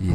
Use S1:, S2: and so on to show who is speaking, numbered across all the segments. S1: 以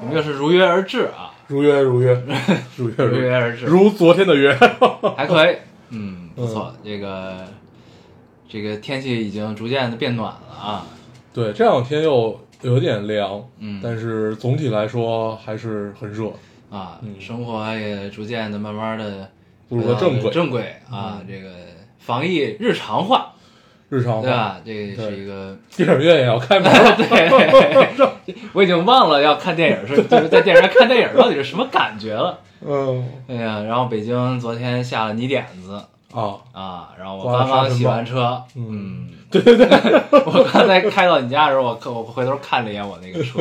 S2: 我们又是如约而至啊，
S3: 如约如 约，如约
S2: 如约
S3: 约，
S2: 而至，
S3: 如昨天的约。
S2: 还可以，嗯，不错。这个这个天气已经逐渐的变暖了啊，
S3: 对，这两天又有点凉，
S2: 嗯
S3: 但是总体来说还是很热。
S2: 啊，
S3: 嗯
S2: 生活也逐渐的慢慢的
S3: 步入了正轨嗯
S2: 正轨啊，这个防疫日常化，
S3: 日常
S2: 对啊
S3: 化，
S2: 吧？这个是一个。
S3: 电影院也要 开门了。
S2: 对，我已经忘了要看电影是就是在电影院看电影到底是什么感觉了。
S3: 嗯
S2: 哎呀，然后北京昨天下了泥点子
S3: 啊，
S2: 啊，然后我
S3: 刮了
S2: 刚刚
S3: 沙尘
S2: 洗
S3: 暴
S2: 完车，
S3: 嗯
S2: 嗯，对对 对，我刚才开到你家的时候，我看我回头看了一眼我那个 车，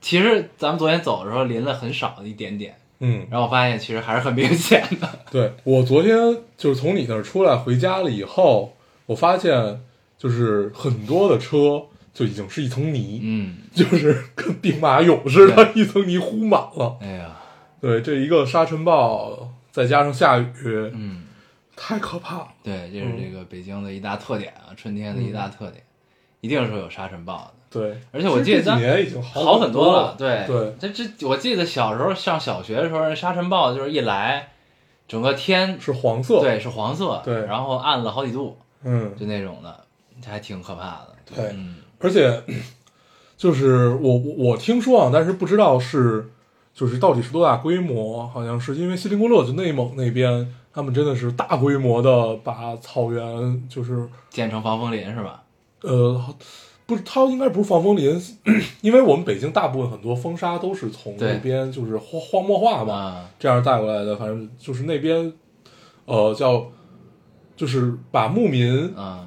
S2: 其实咱们昨天走的时候淋了很少一点点，
S3: 嗯，
S2: 然后我发现其实还是很明显 的，
S3: 对我昨天就是从你那儿出来回家了以后，我发现就是很多的车就已经是一层泥，
S2: 嗯，
S3: 就是跟兵马俑似的， 一层泥糊满了。
S2: 哎呀，
S3: 对，这一个沙尘暴，再加上下雨，
S2: 嗯，
S3: 太可怕了。
S2: 对，这是这个北京的一大特点啊，春天的一
S3: 嗯
S2: 大特点，一定是会有沙尘暴的。
S3: 对，
S2: 而且我记得
S3: 这几
S2: 当
S3: 年已经
S2: 好很多了
S3: 了。，
S2: 对
S3: 对
S2: 这这我记得小时候上小学的时候，人沙尘暴就是一来，整个天
S3: 是黄色。，
S2: 对是黄色，
S3: 对
S2: 然后暗了好几度，
S3: 嗯，
S2: 就那种的，这还挺可怕的。
S3: 对
S2: 嗯
S3: 而且 就是我我我听说啊，但是不知道是就是到底是多大规模，好像是因为锡林郭勒就内蒙那边，他们真的是大规模的把草原就是
S2: 建成防风林是吧？
S3: 呃。不是，它应该不是防风林， 因为我们北京大部分很多风沙都是从
S2: 对
S3: 那边就是荒荒漠化嘛，
S2: 啊，
S3: 这样带过来的，反正就是那边，呃，叫就是把牧民
S2: 嗯，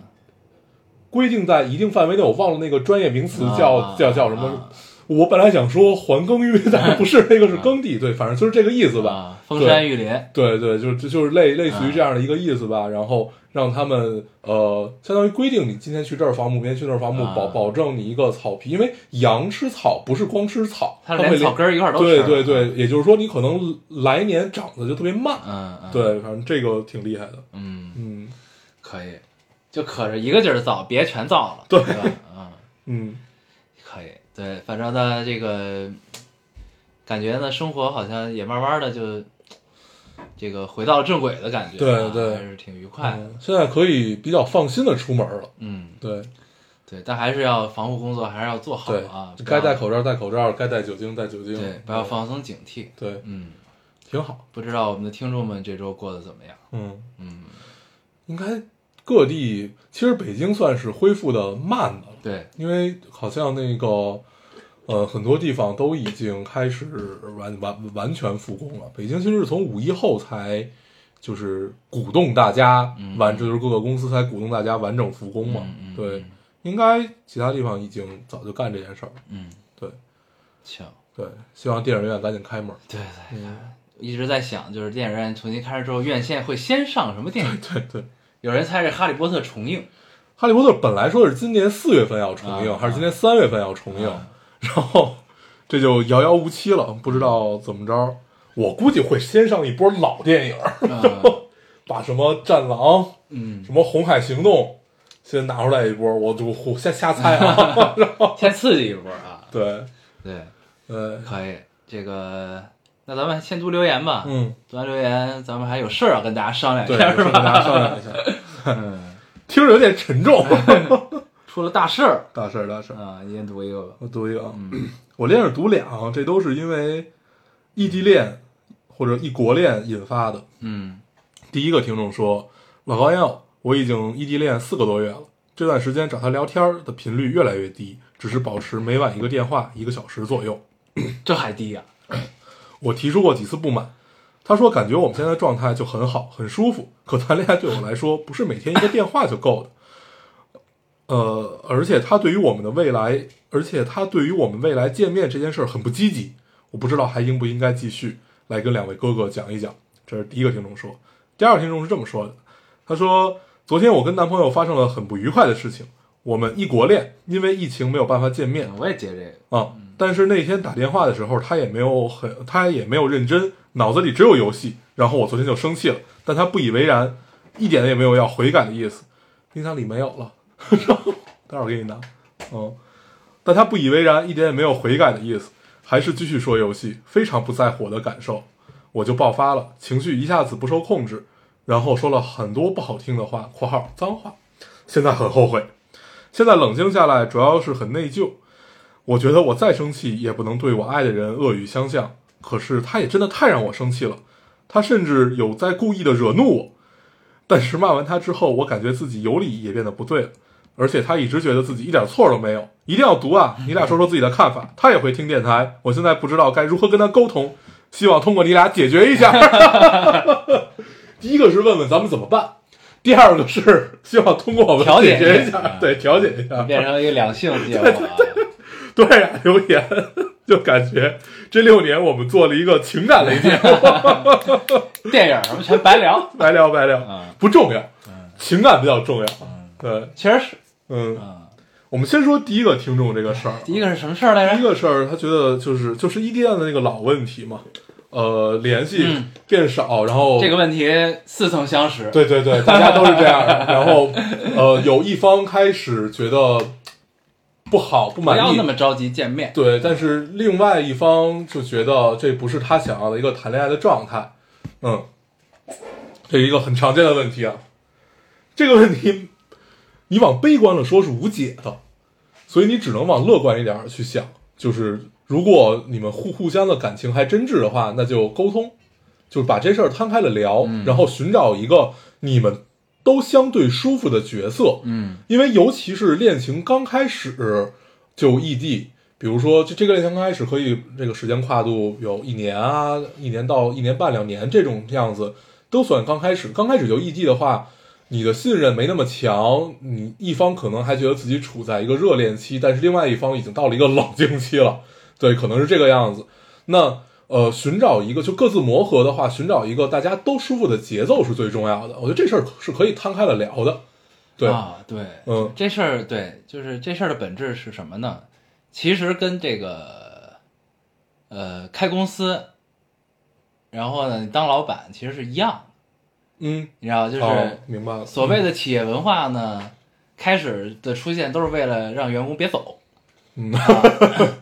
S3: 规定在一定范围内，我忘了那个专业名词叫、
S2: 啊
S3: 叫叫什么。
S2: 啊
S3: 我本来想说还耕于，但是不是那个是耕地，对，反正就是这个意思吧。
S2: 啊封山育林，
S3: 对对，就就就是类类似于这样的一个意思吧。然后让他们呃，相当于规定你今天去这儿伐木，明天去那儿伐木，
S2: 啊
S3: 保保证你一个草皮，因为羊吃草不是光吃草，
S2: 它
S3: 它
S2: 是
S3: 会
S2: 连草根儿一块儿都吃
S3: 对
S2: 了啊
S3: 对对，，也就是说你可能来年长得就特别慢。
S2: 嗯嗯，
S3: 对，反正这个挺厉害的。
S2: 嗯，
S3: 嗯
S2: 可以，就可着一个劲儿造，别全造了，对吧？嗯。
S3: 嗯，
S2: 可以，对，反正呢，这个感觉呢，生活好像也慢慢的就这个回到正轨的感觉啊，
S3: 对对嗯
S2: 还是挺愉快的。
S3: 现在可以比较放心的出门了。
S2: 嗯，
S3: 对，
S2: 对，但还是要防护工作还是要做好
S3: 对
S2: 啊，不
S3: 该
S2: 要
S3: 戴口罩戴口罩，该戴酒精戴酒精，
S2: 对，不要放松警惕。
S3: 对，
S2: 嗯，
S3: 挺好。
S2: 不知道我们的听众们这周过得怎么样？
S3: 嗯，
S2: 嗯，
S3: 应该各地其实北京算是恢复的慢的了，
S2: 对，
S3: 因为好像那个呃很多地方都已经开始完完完全复工了。北京其实是从五一后才就是鼓动大家
S2: 嗯
S3: 完，就是各个公司才鼓动大家完整复工嘛
S2: 嗯。嗯，
S3: 对
S2: 嗯，，
S3: 应该其他地方已经早就干这件事儿了。
S2: 嗯，
S3: 对
S2: 行，
S3: 对，希望电影院赶紧开门。
S2: 对对，
S3: 嗯，
S2: 一直在想，就是电影院重新开始之后，院线会先上什么电影？
S3: 对对。
S2: 有人猜是《哈利波特》重 映，
S3: 《哈利波特》本来说是今年四月份要重映，
S2: 啊
S3: 还是今年三月份要重映，
S2: 啊
S3: 然后这就遥遥无期了，不知道怎么着。我估计会先上一波老电影，
S2: 嗯
S3: 把什么《战狼》、
S2: 嗯，
S3: 什么《红海行动》先拿出来一波，我就胡瞎瞎猜啊。
S2: 先刺激一波啊！
S3: 对，
S2: 对，
S3: 呃，
S2: 可以。这个，那咱们先读留言吧。，
S3: 嗯，
S2: 读完留言，咱们还有事儿要跟大家商量一
S3: 对，
S2: 下，
S3: 我
S2: 是
S3: 跟大
S2: 吧？
S3: 家商量一下，
S2: 嗯，
S3: 听着有点沉重。
S2: 出了大事儿
S3: 大事儿，大事儿，
S2: 啊！一人读一个吧。
S3: 我读一个，啊，
S2: 嗯
S3: 我连着读俩，啊这都是因为异地恋或者异国恋引发的。
S2: 嗯
S3: 第一个听众说：“老高要，我已经异地恋四个多月了，这段时间找他聊天儿的频率越来越低，只是保持每晚一个电话，一个小时左右。
S2: 这还低啊呀、
S3: 我提出过几次不满，他说感觉我们现在状态就很好，很舒服。可谈恋爱对我来说，不是每天一个电话就够的。呃，而且他对于我们的未来，而且他对于我们未来见面这件事儿很不积极。我不知道还应不应该继续来跟两位哥哥讲一讲。这是第一个听众说，第二个听众是这么说的，他说昨天我跟男朋友发生了很不愉快的事情，我们异国恋，因为疫情没有办法见面，
S2: 我也接这个，
S3: 啊，但是那天打电话的时候，他也没有很，他也没有认真，脑子里只有游戏。然后我昨天就生气了，但他不以为然，一点也没有要悔改的意思。冰箱里没有了，然后待会儿给你拿。嗯，但他不以为然，一点也没有悔改的意思，还是继续说游戏，非常不在乎我的感受，我就爆发了，情绪一下子不受控制，然后说了很多不好听的话（括号脏话）。现在很后悔，现在冷静下来，主要是很内疚。我觉得我再生气也不能对我爱的人恶语相向。可是他也真的太让我生气了，他甚至有在故意的惹怒我。但是骂完他之后，我感觉自己有理也变得不对了，而且他一直觉得自己一点错都没有。一定要读啊！你俩说说自己的看法。他也会听电台，我现在不知道该如何跟他沟通，希望通过你俩解决一下。 第一个是问问咱们怎么办，第二个是希望通过我们
S2: 调解
S3: 解决一
S2: 一下
S3: 下，对，调解一 下。
S2: 变成一个两性结果啊，
S3: 对啊，留言 就感觉这六年我们做了一个情感类 节目，
S2: 电影儿我们全白聊
S3: 白聊白聊，
S2: 啊，
S3: 不重要，情感比较重要。对，
S2: 确实是，
S3: 嗯，
S2: 嗯，啊
S3: 我们先说第一个听众这个事儿。
S2: 第一个是什么事儿来
S3: 第一
S2: 着？
S3: 个事儿，他觉得就是就是异地恋的那个老问题嘛，呃，联系
S2: 嗯
S3: 变少，然后
S2: 这个问题似曾相识，
S3: 对对对，大家都是这 样。然后呃，有一方开始觉得不好不
S2: 不
S3: 满意，
S2: 要那么着急见面，
S3: 对，但是另外一方就觉得这不是他想要的一个谈恋爱的状态，嗯，这是一个很常见的问题啊。这个问题，你往悲观了说是无解的，所以你只能往乐观一点儿去想，就是如果你们互互相的感情还真挚的话，那就沟通，就是把这事儿摊开了聊，然后寻找一个你们都相对舒服的角色，
S2: 嗯
S3: 因为尤其是恋情刚开始就异地，比如说这这个恋情刚开始可以这个时间跨度有一年啊，一年到一年半两年这种样子都算刚开始。刚开始就异地的话，你的信任没那么强，你一方可能还觉得自己处在一个热恋期，但是另外一方已经到了一个冷静期了，对，可能是这个样子。那呃，寻找一个就各自磨合的话，寻找一个大家都舒服的节奏是最重要的。我觉得这事儿是可以摊开了聊的，对，
S2: 啊，对，
S3: 嗯
S2: 这事儿对，就是这事儿的本质是什么呢？其实跟这个，呃，开公司，然后呢，你当老板其实是一样的，
S3: 嗯，
S2: 你知道，就是、
S3: 哦、明白了，
S2: 所谓的企业文化呢，开始的出现都是为了让员工别走，
S3: 嗯
S2: 啊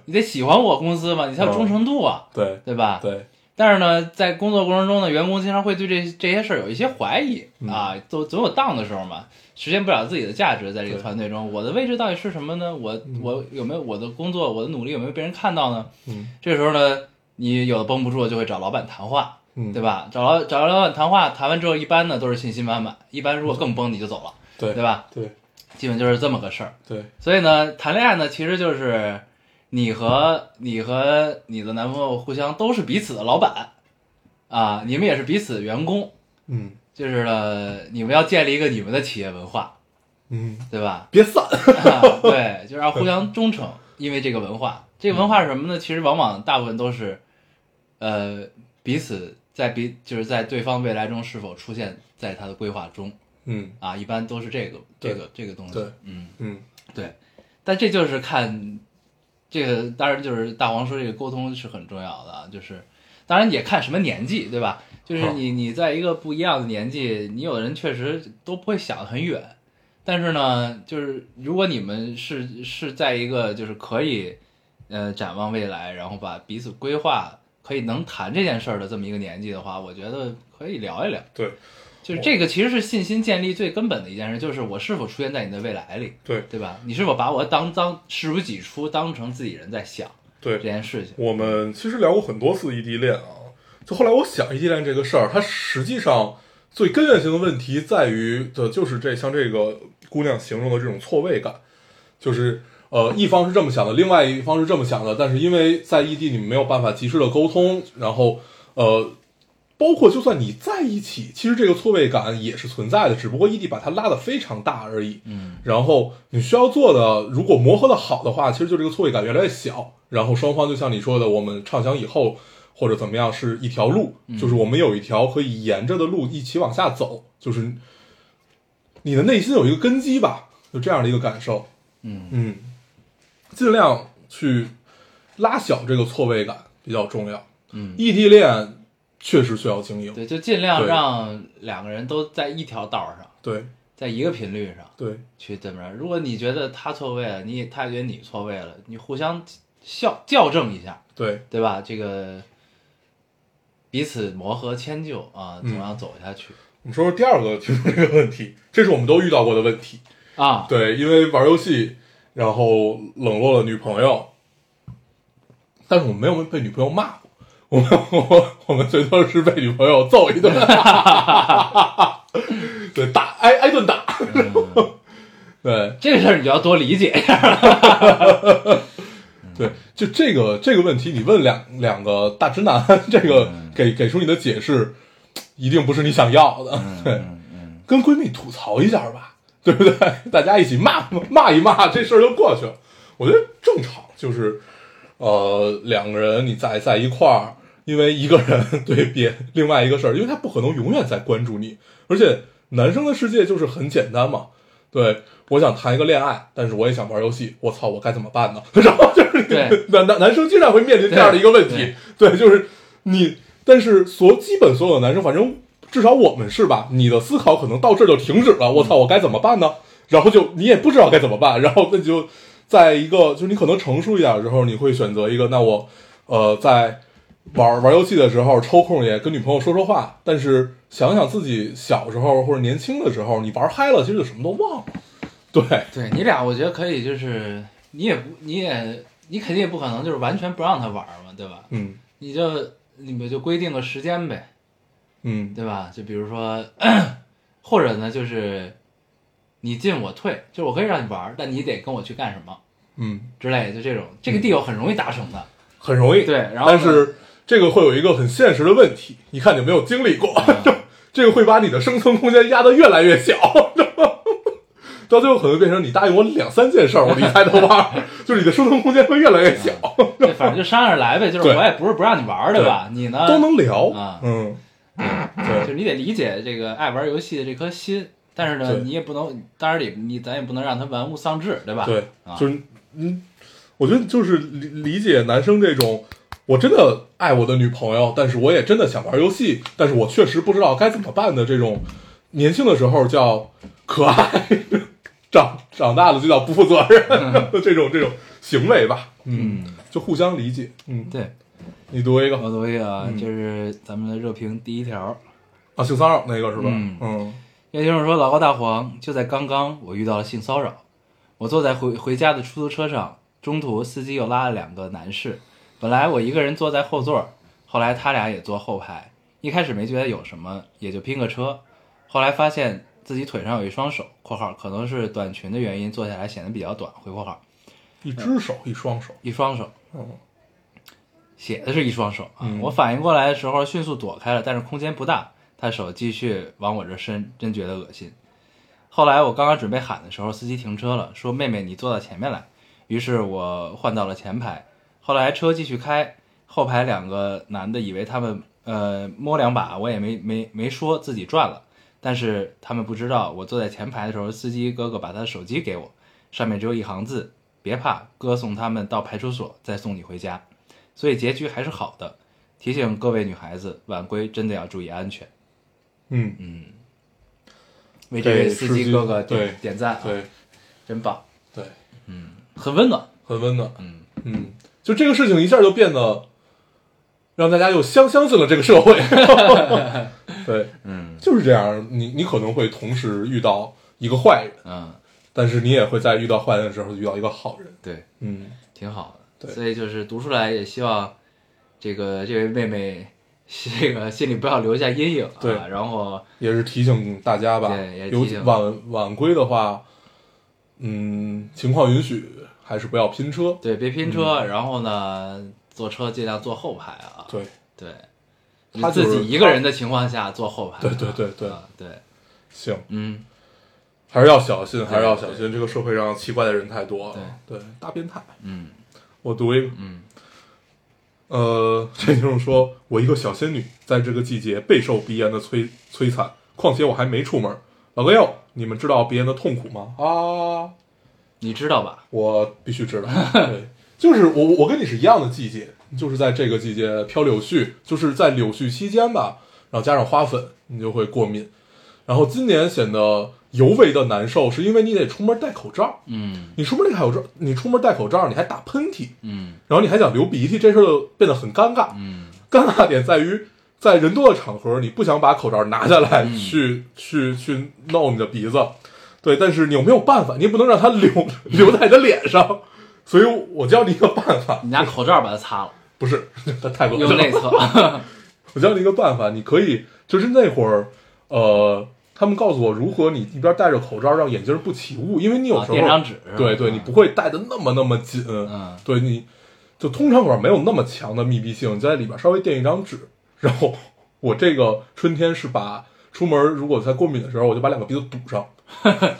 S2: 你得喜欢我公司嘛，你才有忠诚度啊，
S3: 对
S2: 对吧？
S3: 对，
S2: 但是呢，在工作过程中呢，员工经常会对这这些事儿有一些怀疑
S3: 嗯
S2: 啊，总总有当的时候嘛，实现不了自己的价值，在这个
S3: 对
S2: 团队中，我的位置到底是什么呢？我我有没有我的工作，我的努力有没有被人看到呢？
S3: 嗯
S2: 这时候呢，你有的绷不住就会找老板谈话，
S3: 嗯，
S2: 对
S3: 吧？
S2: 吧？找老找老板谈话，谈完之后一般呢都是信心满满，一般如果更
S3: 嗯
S2: 崩你就走了，
S3: 对
S2: 对吧？
S3: 对
S2: 基本就是这么个事儿。
S3: 对
S2: 所以呢，谈恋爱呢，其实就是你和你和你的男朋友互相都是彼此的老板啊，你们也是彼此的员工，
S3: 嗯
S2: 就是呢，你们要建立一个你们的企业文化，
S3: 嗯，？
S2: 对吧
S3: 别散，
S2: 啊对，就是要互相忠诚，因为这个文化，这个文化是什么呢？其实往往大部分都是，呃，彼此在彼就是在对方未来中是否出现在他的规划中
S3: 嗯
S2: 啊，一般都是这个这
S3: 对
S2: 个这个东西，
S3: 对
S2: 嗯。
S3: 嗯
S2: 对，但这就是看这个，当然就是大黄说这个沟通是很重要的啊，就是当然也看什么年纪，对吧？就是你你在一个不一样的年纪，你有的人确实都不会想得很远，但是呢，就是如果你们是是在一个就是可以呃展望未来，然后把彼此规划。可以能谈这件事儿的这么一个年纪的话，我觉得可以聊一聊。
S3: 对
S2: 就是这个其实是信心建立最根本的一件事，就是我是否出现在你的未来里。
S3: 对
S2: 对吧？你是否把我当当视如己出，当成自己人在想这
S3: 对，
S2: 件事情？
S3: 我们其实聊过很多次异地恋啊，就后来我想异地恋这个事儿，它实际上最根源性的问题在于的就是这像这个姑娘形容的这种错位感，就是呃一方是这么想的，另外一方是这么想的，但是因为在异地你们没有办法及时的沟通，然后呃包括就算你在一起，其实这个错位感也是存在的，只不过异地把它拉得非常大而已。
S2: 嗯，
S3: 然后你需要做的，如果磨合的好的话，其实就这个错位感越来越小。然后双方就像你说的，我们畅想以后或者怎么样是一条路，
S2: 嗯
S3: 就是我们有一条可以沿着的路一起往下走，就是你的内心有一个根基吧，就这样的一个感受。
S2: 嗯
S3: 嗯，尽量去拉小这个错位感比较重要。
S2: 嗯，
S3: 异地恋确实需要经营，
S2: 对，就尽量
S3: 对
S2: 让两个人都在一条道上，
S3: 对
S2: 在一个频率上
S3: 对
S2: 去怎么着。如果你觉得他错位了，你也他也觉得你错位了，你互相校校正一下，
S3: 对
S2: 对吧？这个彼此磨合迁就啊，
S3: 嗯
S2: 总要走下去、
S3: 我们说说第二个听众这个问题，这是我们都遇到过的问题。
S2: 啊。
S3: 对，因为玩游戏，然后冷落了女朋友，但是我们没有被女朋友骂过，我们我我们最多是被女朋友揍 一顿，对，打挨挨顿打，
S2: 嗯
S3: 对，
S2: 这个事儿你就要多理解一下。
S3: 对，就这个这个问题，你问两两个大直男， 这个给给出你的解释，一定不是你想要的。对，跟闺蜜吐槽一下吧，对不对？ 大家一起骂骂一骂，这事儿就过去了。我觉得正常，就是呃，两个人你在在一块儿，因为一个人 对别另外一个事儿，因为他不可能永远在关注你，而且男生的世界就是很简单嘛。对，我想谈一个恋爱，但是我也想玩游戏，我操，我该怎么办呢？ 然后就是
S2: 对
S3: 你 男男男生经常会面临这样的一个问题，对，就是你，但是所基本所有的男生，反正至少我们是吧，你的思考可能到这儿就停止了，我操，我该怎么办呢？然后就你也不知道该怎么办，然后那你就在一个就是你可能成熟一点的时候，你会选择一个，那我呃在玩玩游戏的时候抽空也跟女朋友说说话，但是想想自己小时候或者年轻的时候，你玩嗨了，其实就什么都忘了。对
S2: 对你俩，我觉得可以，就是你也不，你也，你肯定也不可能就是完全不让他玩儿嘛，对吧？
S3: 嗯
S2: 你就你们就规定个时间呗，
S3: 嗯，
S2: 对吧？就比如说， 或者呢，就是你进我退，就是我可以让你玩儿，但你得跟我去干什么
S3: 嗯，
S2: 之类的，就这种，这个地友很容易达成的。
S3: 很容易。
S2: 对然后呢
S3: 但是这个会有一个很现实的问题，你看你有没有经历过？
S2: 嗯
S3: 这个会把你的生存空间压得越来越小， 到最后可能变成你答应我两三件事儿，我离开的 话，就是你的生存空间会越来越小，
S2: 对，反正就商量着来呗，就是
S3: 对
S2: 我也不是不让你玩儿，对吧？你呢，
S3: 都能聊
S2: 啊
S3: 嗯，
S2: 就是你得理解这个爱玩游戏的这颗心，但是呢，
S3: 对
S2: 你也不能，当然也你咱也不能让他玩物丧志，对吧？
S3: 对
S2: 啊，
S3: 就是嗯，我觉得就是理理解男生这种，我真的爱我的女朋友，但是我也真的想玩游戏，但是我确实不知道该怎么办的这种，年轻的时候叫可爱， 长长大了就叫不负责任、 这种这种行为吧，嗯，
S2: 嗯，
S3: 就互相理解，嗯，
S2: 对，
S3: 你读一个
S2: 我读一个啊，
S3: 嗯
S2: 就是咱们的热评第一条。
S3: 啊，性骚扰那个是吧？
S2: 嗯
S3: 嗯
S2: 叶先生说：“老高大黄，就在刚刚，我遇到了性骚扰。我坐在回回家的出租车上，中途司机又拉了两个男士。本来我一个人坐在后座，后来他俩也坐后排。一开始没觉得有什么，也就拼个车。后来发现自己腿上有一双手（括号可能是短裙的原因，坐下来显得比较短）回括号
S3: 一只手一双手，
S2: 一双手。
S3: 嗯
S2: 写的是一双手啊。
S3: 嗯
S2: 我反应过来的时候，迅速躲开了，但是空间不大，他手继续往我这伸，真觉得恶心。后来我刚刚准备喊的时候，司机停车了，说：“妹妹，你坐到前面来。”于是我换到了前排。后来车继续开，后排两个男的以为他们呃摸两把，我也没没没说自己转了，但是他们不知道我坐在前排的时候，司机哥哥把他的手机给我，上面只有一行字：“别怕，哥送他们到派出所，再送你回家。”所以结局还是好的。提醒各位女孩子，晚归真的要注意安全。
S3: 嗯，
S2: 为这位
S3: 对
S2: 司
S3: 司
S2: 机
S3: 机
S2: 哥哥
S3: 对
S2: 点点赞、啊，
S3: 对
S2: 真棒，
S3: 对，
S2: 很温暖。
S3: 很温暖，
S2: 嗯
S3: 嗯，就这个事情一下就变得让大家又相相信了这 个社会。 对，
S2: 嗯
S3: 就是这样。你你可能会同时遇到一个坏人，
S2: 嗯，
S3: 但是你也会在遇到坏人的时候遇到一个好人。
S2: 对，
S3: 嗯，
S2: 挺好的。
S3: 对
S2: 所以就是读出来，也希望这个这位妹妹这个心里不要留下阴影啊。
S3: 对
S2: 然后
S3: 也是提醒大家吧
S2: 对也，提
S3: 尤
S2: 醒
S3: 其晚晚归的话，嗯，情况允许还是不要拼车。嗯
S2: 对，别拼车，然后呢，坐车尽量坐后排啊。
S3: 对，
S2: 对，
S3: 他就是
S2: 自己一个人的情况下坐后排啊，
S3: 对对对对
S2: 啊对，
S3: 行，
S2: 嗯，
S3: 还是要小心，还是要小
S2: 对
S3: 心。这个社会上奇怪的人太多了，对，大变态。
S2: 嗯
S3: 我读一个，
S2: 嗯，
S3: 呃，这听众说，我一个小仙女，在这个季节备受鼻炎的摧摧残，况且我还没出门。老哥哟，你们知道鼻炎的痛苦吗？啊，
S2: 你知道吧？
S3: 我必须知道。 对，就是我我跟你是一样的季节，就是在这个季节飘柳絮，就是在柳絮期间吧，然后加上花粉，你就会过敏。然后今年显得尤为的难受，是因为你得出门戴口罩。
S2: 嗯
S3: 你出门戴口罩，你出门戴口罩，你还打喷嚏，
S2: 嗯
S3: 然后你还想流鼻涕，这事儿就变得很尴尬。
S2: 嗯
S3: 尴尬点在于，在人多的场合，你不想把口罩拿下来
S2: 嗯
S3: 去、去去弄你的鼻子，对，但是你又没有办法，你也不能让它流 流在你的脸上，所以我教你一个办法，
S2: 你拿口罩把它擦了，
S3: 不是， 它太恶
S2: 用
S3: 心
S2: 内
S3: 了，
S2: 侧，
S3: 我教你一个办法，你可以就是那会儿，呃。他们告诉我如何你一边戴着口罩让眼睛不起雾，因为你有时候、
S2: 啊垫张纸是吧
S3: 对对，
S2: 嗯
S3: 你不会戴的那么那么紧，
S2: 嗯
S3: 对你就通常馆没有那么强的密闭性，你在里边稍微垫一张纸，然后我这个春天是把出门如果在过敏的时候，我就把两个鼻子堵 上，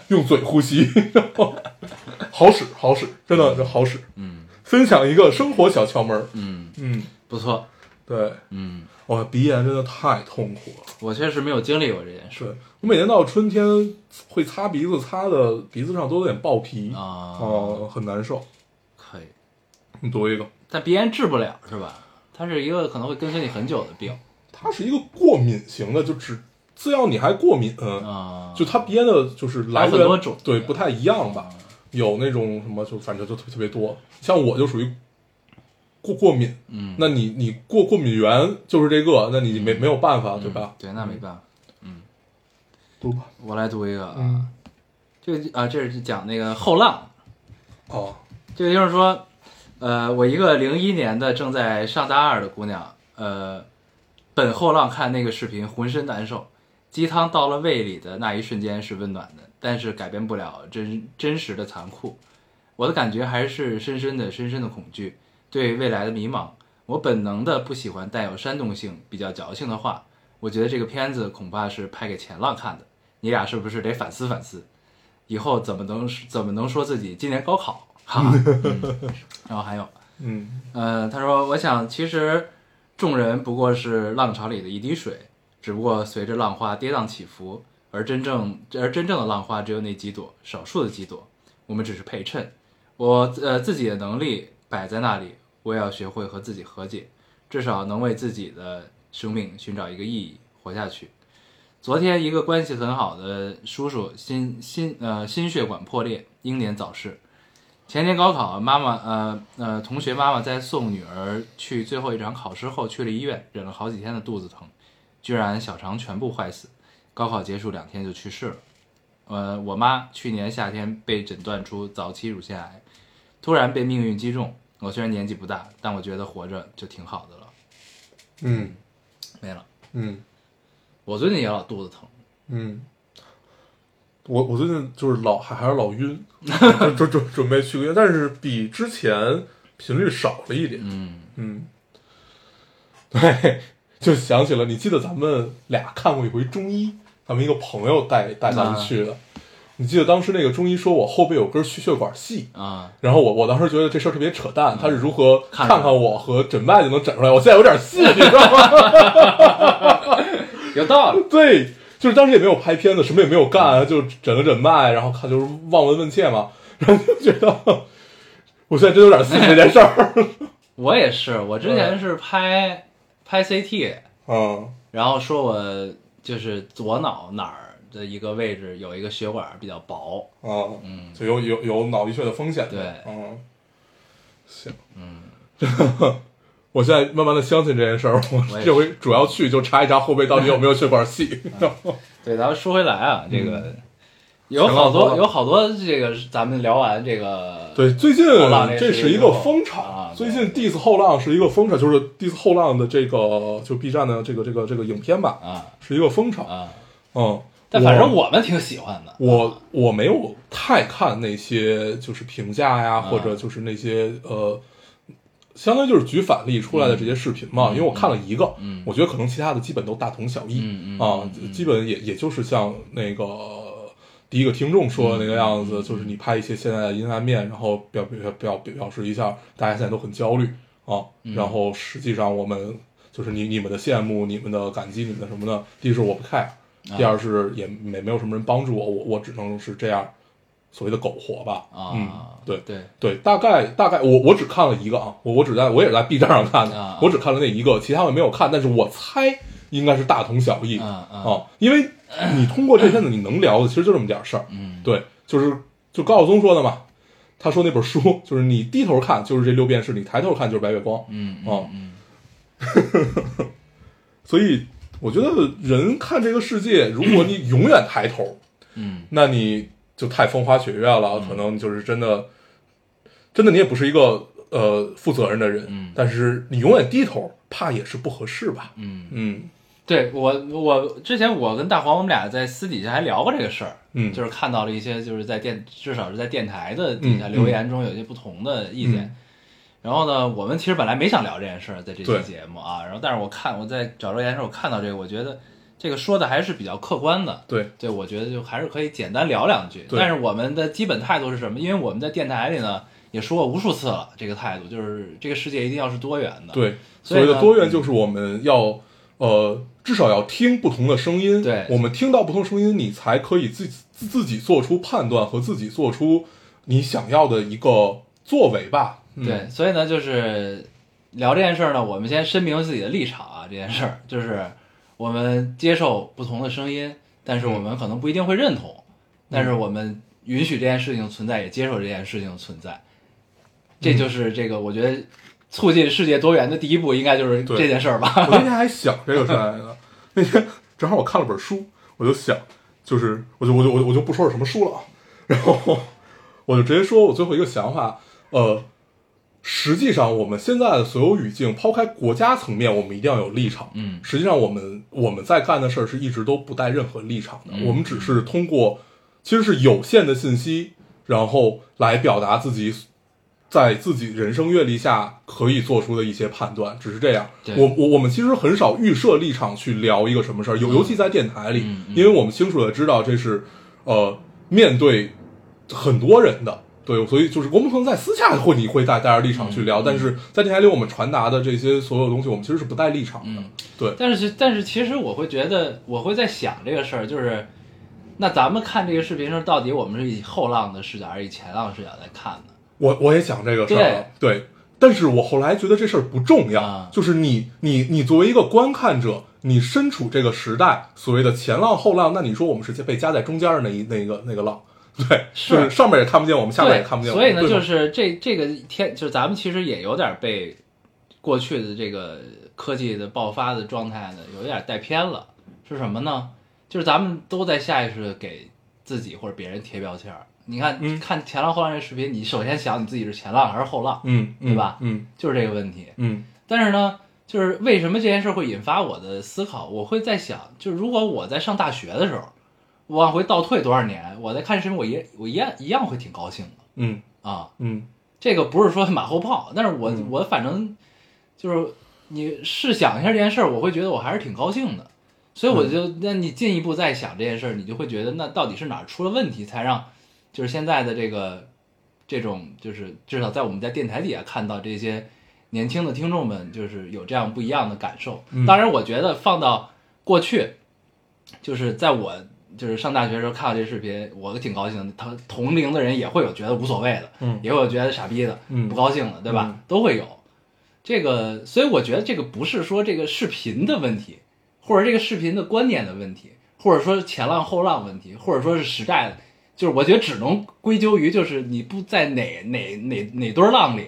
S3: 用嘴呼吸，然后好使好使，真的这好使。
S2: 嗯
S3: 分享一个生活小窍门儿，
S2: 嗯，
S3: 嗯，
S2: 不错，
S3: 对，
S2: 嗯，
S3: 哇，鼻炎真的太痛苦了。
S2: 我确实没有经历过这件事
S3: 对我每年到春天会擦鼻子，擦的鼻子上都有点爆皮
S2: 啊，
S3: 哦、很难受。
S2: 可以，
S3: 你读一个，
S2: 但鼻炎治不了是吧？它是一个可能会跟随你很久的病
S3: 它是一个过敏型的，就只只要你还过敏，
S2: 啊，
S3: 就它鼻炎的就是来
S2: 有
S3: 源
S2: 很多种
S3: 对，不太一样吧？有那种什么，就反正就特特别多。像我就属于过过敏，
S2: 嗯，
S3: 那你你过过敏源就是这个，那你没没有办法，对
S2: 嗯？
S3: 吧
S2: 对，那没办法。
S3: 读吧，
S2: 我来读一个啊，
S3: 嗯，
S2: 这个啊，这是讲那个后浪，
S3: 哦，
S2: 这个就是说，呃，我一个零一年的正在上大二的姑娘，呃，本后浪看那个视频浑身难受，鸡汤到了胃里的那一瞬间是温暖的，但是改变不了真真实的残酷。我的感觉还是深深的、深深的恐惧，对未来的迷茫。我本能的不喜欢带有煽动性、比较矫情的话。我觉得这个片子恐怕是拍给前浪看的，你俩是不是得反思反思？以后怎么能怎么能说自己今年高考？哈哈、嗯然后还有，
S3: 嗯
S2: 呃，他说，我想其实众人不过是浪潮里的一滴水，只不过随着浪花跌宕起伏，而真正而真正的浪花只有那几朵，少数的几朵，我们只是陪衬。我呃自己的能力摆在那里，我也要学会和自己和解，至少能为自己的生命寻找一个意义，活下去。昨天一个关系很好的叔叔心心呃心血管破裂，英年早逝。前年高考，妈妈呃呃，同学妈妈在送女儿去最后一场考试后去了医院，忍了好几天的肚子疼，居然小肠全部坏死，高考结束两天就去世了。呃，我妈去年夏天被诊断出早期乳腺癌，突然被命运击中。我虽然年纪不大，但我觉得活着就挺好的了。
S3: 嗯
S2: 没了，
S3: 嗯
S2: 我最近也老肚子疼，
S3: 嗯，我我最近就是老还还是老晕，准准准准备去个医院，但是比之前频率少了一点。
S2: 嗯，
S3: 嗯，对，就想起了，你记得咱们俩看过一回中医，咱们一个朋友带带咱们去的，你记得当时那个中医说我后背有根血血管细。
S2: 啊、
S3: 然后我我当时觉得这事儿特别扯淡，他是如何
S2: 看
S3: 看
S2: 出来
S3: 看我和诊脉就能诊出来，我现在有点信，你知道吗？
S2: 有道理，
S3: 对，就是当时也没有拍片子，什么也没有干，就诊了诊脉，然后看就是望闻问切嘛，然后就觉得我现在真有点信这件事儿。
S2: 我也是，我之前是拍拍 CT，
S3: 嗯
S2: 然后说我就是左脑哪儿的一个位置有一个血管比较薄，
S3: 嗯
S2: 嗯
S3: 就有有有脑溢血的风险。
S2: 对
S3: 嗯，行，嗯， 我现在慢慢的相信这件事儿，
S2: 我
S3: 我
S2: 也
S3: 这回主要去就查一查后背到底有没有血管细。
S2: 嗯对，咱们说回来啊，这个、有好
S3: 前浪后
S2: 多
S3: 浪
S2: 有好多这个，咱们聊完这个，
S3: 对，最近
S2: 后浪这
S3: 这
S2: 是
S3: 是
S2: 一
S3: 一
S2: 个
S3: 个风
S2: 啊
S3: 潮，
S2: 对
S3: 最近 diss 后浪是一个风潮，就是 diss 后浪的这个就 B 站的这个这个这个影片吧，
S2: 啊
S3: 是一个风潮。
S2: 啊，
S3: 嗯，
S2: 但反正
S3: 我
S2: 我们挺喜欢的，
S3: 我我没有太看那些就是评价呀，
S2: 嗯
S3: 或者就是那些呃相当于就是举反例出来的这些视频嘛，因为我看了一个，
S2: 嗯
S3: 我觉得可能其他的基本都大同小异，
S2: 嗯嗯
S3: 啊
S2: 嗯，嗯
S3: 基本也也就是像那个第一个听众说的
S2: 嗯
S3: 那个样子，就是你拍一些现在的阴暗面，然后表表表表示一下大家现在都很焦虑啊，
S2: 嗯
S3: 然后实际上我们就是你你们的羡慕、你们的感激、你们的什么呢？第一是我不 care，第
S2: 啊
S3: 二是也没没有什么人帮助我，我我只能是这样所谓的苟活吧，
S2: 啊
S3: 嗯，对
S2: 对，
S3: 对，大概大概我我只看了一个啊，我我只在我也是在 B 站上看的，
S2: 啊
S3: 我只看了那一个，其他我没有看，但是我猜应该是大同小异
S2: 嗯嗯
S3: 啊，因为你通过这片子你能聊的其实就这么点事儿，
S2: 嗯，
S3: 对，就是就高晓松说的嘛，他说那本书就是你低头看就是这六便士，你抬头看就是白月光，
S2: 嗯嗯
S3: 啊
S2: 嗯
S3: 所以我觉得人看这个世界，如果你永远抬头，
S2: 嗯
S3: 那你就太风花雪月了，可能就是真的，真的你也不是一个呃负责任的人，
S2: 嗯
S3: 但是你永远低头，怕也是不合适吧？
S2: 嗯，
S3: 嗯
S2: 对我我之前我跟大黄我们俩在私底下还聊过这个事儿，
S3: 嗯，
S2: 就是是看到了一些就是在电至少是在电台的底下留言中有一些不同的意见。
S3: 嗯
S2: 然后呢，我们其实本来没想聊这件事儿，在这
S3: 对
S2: 期节目啊，然后但是我看我在找留言的时候我看到这个，我觉得这个说的还是比较客观的，
S3: 对
S2: 对，我觉得就还是可以简单聊两句。
S3: 对
S2: 但是我们的基本态度是什么？因为我们在电台里呢也说过无数次了，这个态度就是这个世界一定要是多元的。
S3: 对，
S2: 所以
S3: 所
S2: 呢
S3: 谓的多元就是我们要呃至少要听不同的声音，
S2: 对
S3: 我们听到不同声音，你才可以自己自己做出判断和自己做出你想要的一个作为吧？嗯、
S2: 对，所以呢，就是聊这件事儿呢，我们先申明自己的立场啊。这件事儿就是我们接受不同的声音，但
S3: 嗯
S2: 是我们可能不一定会认同，但是我们允许这件事情存在，也接受这件事情存在。这就是这个，我觉得促进世界多元的第一步，应该就是
S3: 对
S2: 这件事儿
S3: 我
S2: 吧。
S3: 那天还想这个事儿来呢， 那天正好我看了本书，我就想，就是我就我就我就我就不说是什么书了啊， 然后我就直接说我最后一个想法，呃，实际上我们现在的所有语境，抛开国家层面，我们一定要有立场。
S2: 嗯
S3: 实际上我们我们在干的事儿是一直都不带任何立场的，
S2: 嗯
S3: 我们只是通过其实是有限的信息，然后来表达自己在自己人生阅历下可以做出的一些判断，只是这样。
S2: 对
S3: 我我我们其实很少预设立场去聊一个什么事儿，尤尤其在电台里，
S2: 嗯嗯嗯
S3: 因为我们清楚的知道这是呃面对很多人的。对，所以就是我们可能在私下会你会带带着立场去
S2: 嗯
S3: 聊，但是在电台里我们传达的这些所有东西，我们其实是不带立场的。
S2: 嗯，
S3: 对，
S2: 但是但是其实我会觉得，我会在想这个事儿，就是那咱们看这个视频的时候，到底我们是以后浪的视角还是以前浪的视角在看呢？
S3: 我我也想这个事儿了，对，但是我后来觉得这事儿不重要，
S2: 啊
S3: 就是你你你作为一个观看者，你身处这个时代，所谓的前浪后浪，那你说我们是被夹在中间的那一那个那个浪，对，
S2: 是
S3: 就是上面也看不见我们，下面
S2: 对，
S3: 也看不见我
S2: 所
S3: 们，
S2: 以呢，
S3: 对吗
S2: 就是这这个天，就是咱们其实也有点被过去的这个科技的爆发的状态呢，有点带偏了。是什么呢？就是咱们都在下意识的给自己或者别人贴标签儿。你看，
S3: 嗯
S2: 看前浪后浪这视频，你首先想你自己是前浪还是后浪，
S3: 嗯，嗯
S2: 对吧
S3: 嗯
S2: 就是这个问题。
S3: 嗯
S2: 但是呢，就是为什么这件事会引发我的思考？我会在想，就是如果我在上大学的时候，我往回倒退多少年，我在看视频，我也我一样一样会挺高兴
S3: 嗯
S2: 的啊。
S3: 嗯
S2: 这个不是说马后炮，但是我、
S3: 嗯
S2: 我反正就是你试想一下这件事儿，我会觉得我还是挺高兴的，所以
S3: 嗯
S2: 我就、那你进一步再想这件事儿，你就会觉得那到底是哪儿出了问题，才让就是现在的这个这种就是至少在我们在电台底下看到这些年轻的听众们，就是有这样不一样的感受。
S3: 嗯
S2: 当然，我觉得放到过去，就是在我就是上大学的时候看到这视频，我挺高兴的。他同龄的人也会有觉得无所谓的，
S3: 嗯
S2: 也会有觉得傻逼的，
S3: 嗯
S2: 不高兴的，对吧？
S3: 嗯
S2: 都会有。这个，所以我觉得这个不是说这个视频的问题，或者这个视频的观念的问题，或者说前浪后浪问题，或者说是时代的，就是我觉得只能归咎于就是你不在哪哪哪哪堆儿浪里，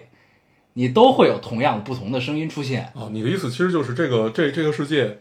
S2: 你都会有同样不同的声音出现。
S3: 啊，你的意思其实就是这个这这个世界。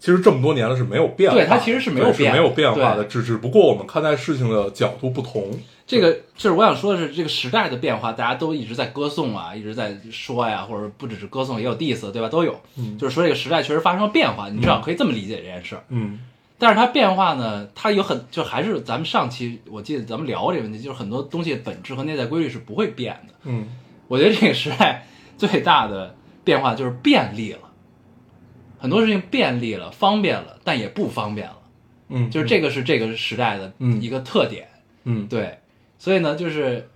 S3: 其实这么多年了是没有变化的，
S2: 对它其实是没有
S3: 对是
S2: 变
S3: 没有变化
S2: 对
S3: 的，只只不过我们看待事情的角度不同。
S2: 这个就是我想说的是，这个时代的变化，大家都一直在歌颂啊，一直在说呀，或者不只是歌颂，也有 diss，对吧？都有，
S3: 嗯
S2: 就是说这个时代确实发生了变化，你至少可以这么理解这件事儿。
S3: 嗯
S2: 但是它变化呢，它有很就还是咱们上期我记得咱们聊过这个问题，就是很多东西的本质和内在规律是不会变的。
S3: 嗯
S2: 我觉得这个时代最大的变化就是便利了，很多事情便利了，方便了，但也不方便了。
S3: 嗯，
S2: 就是这个是这个时代的
S3: 嗯
S2: 一个特点。
S3: 嗯，
S2: 对，所以呢，就是，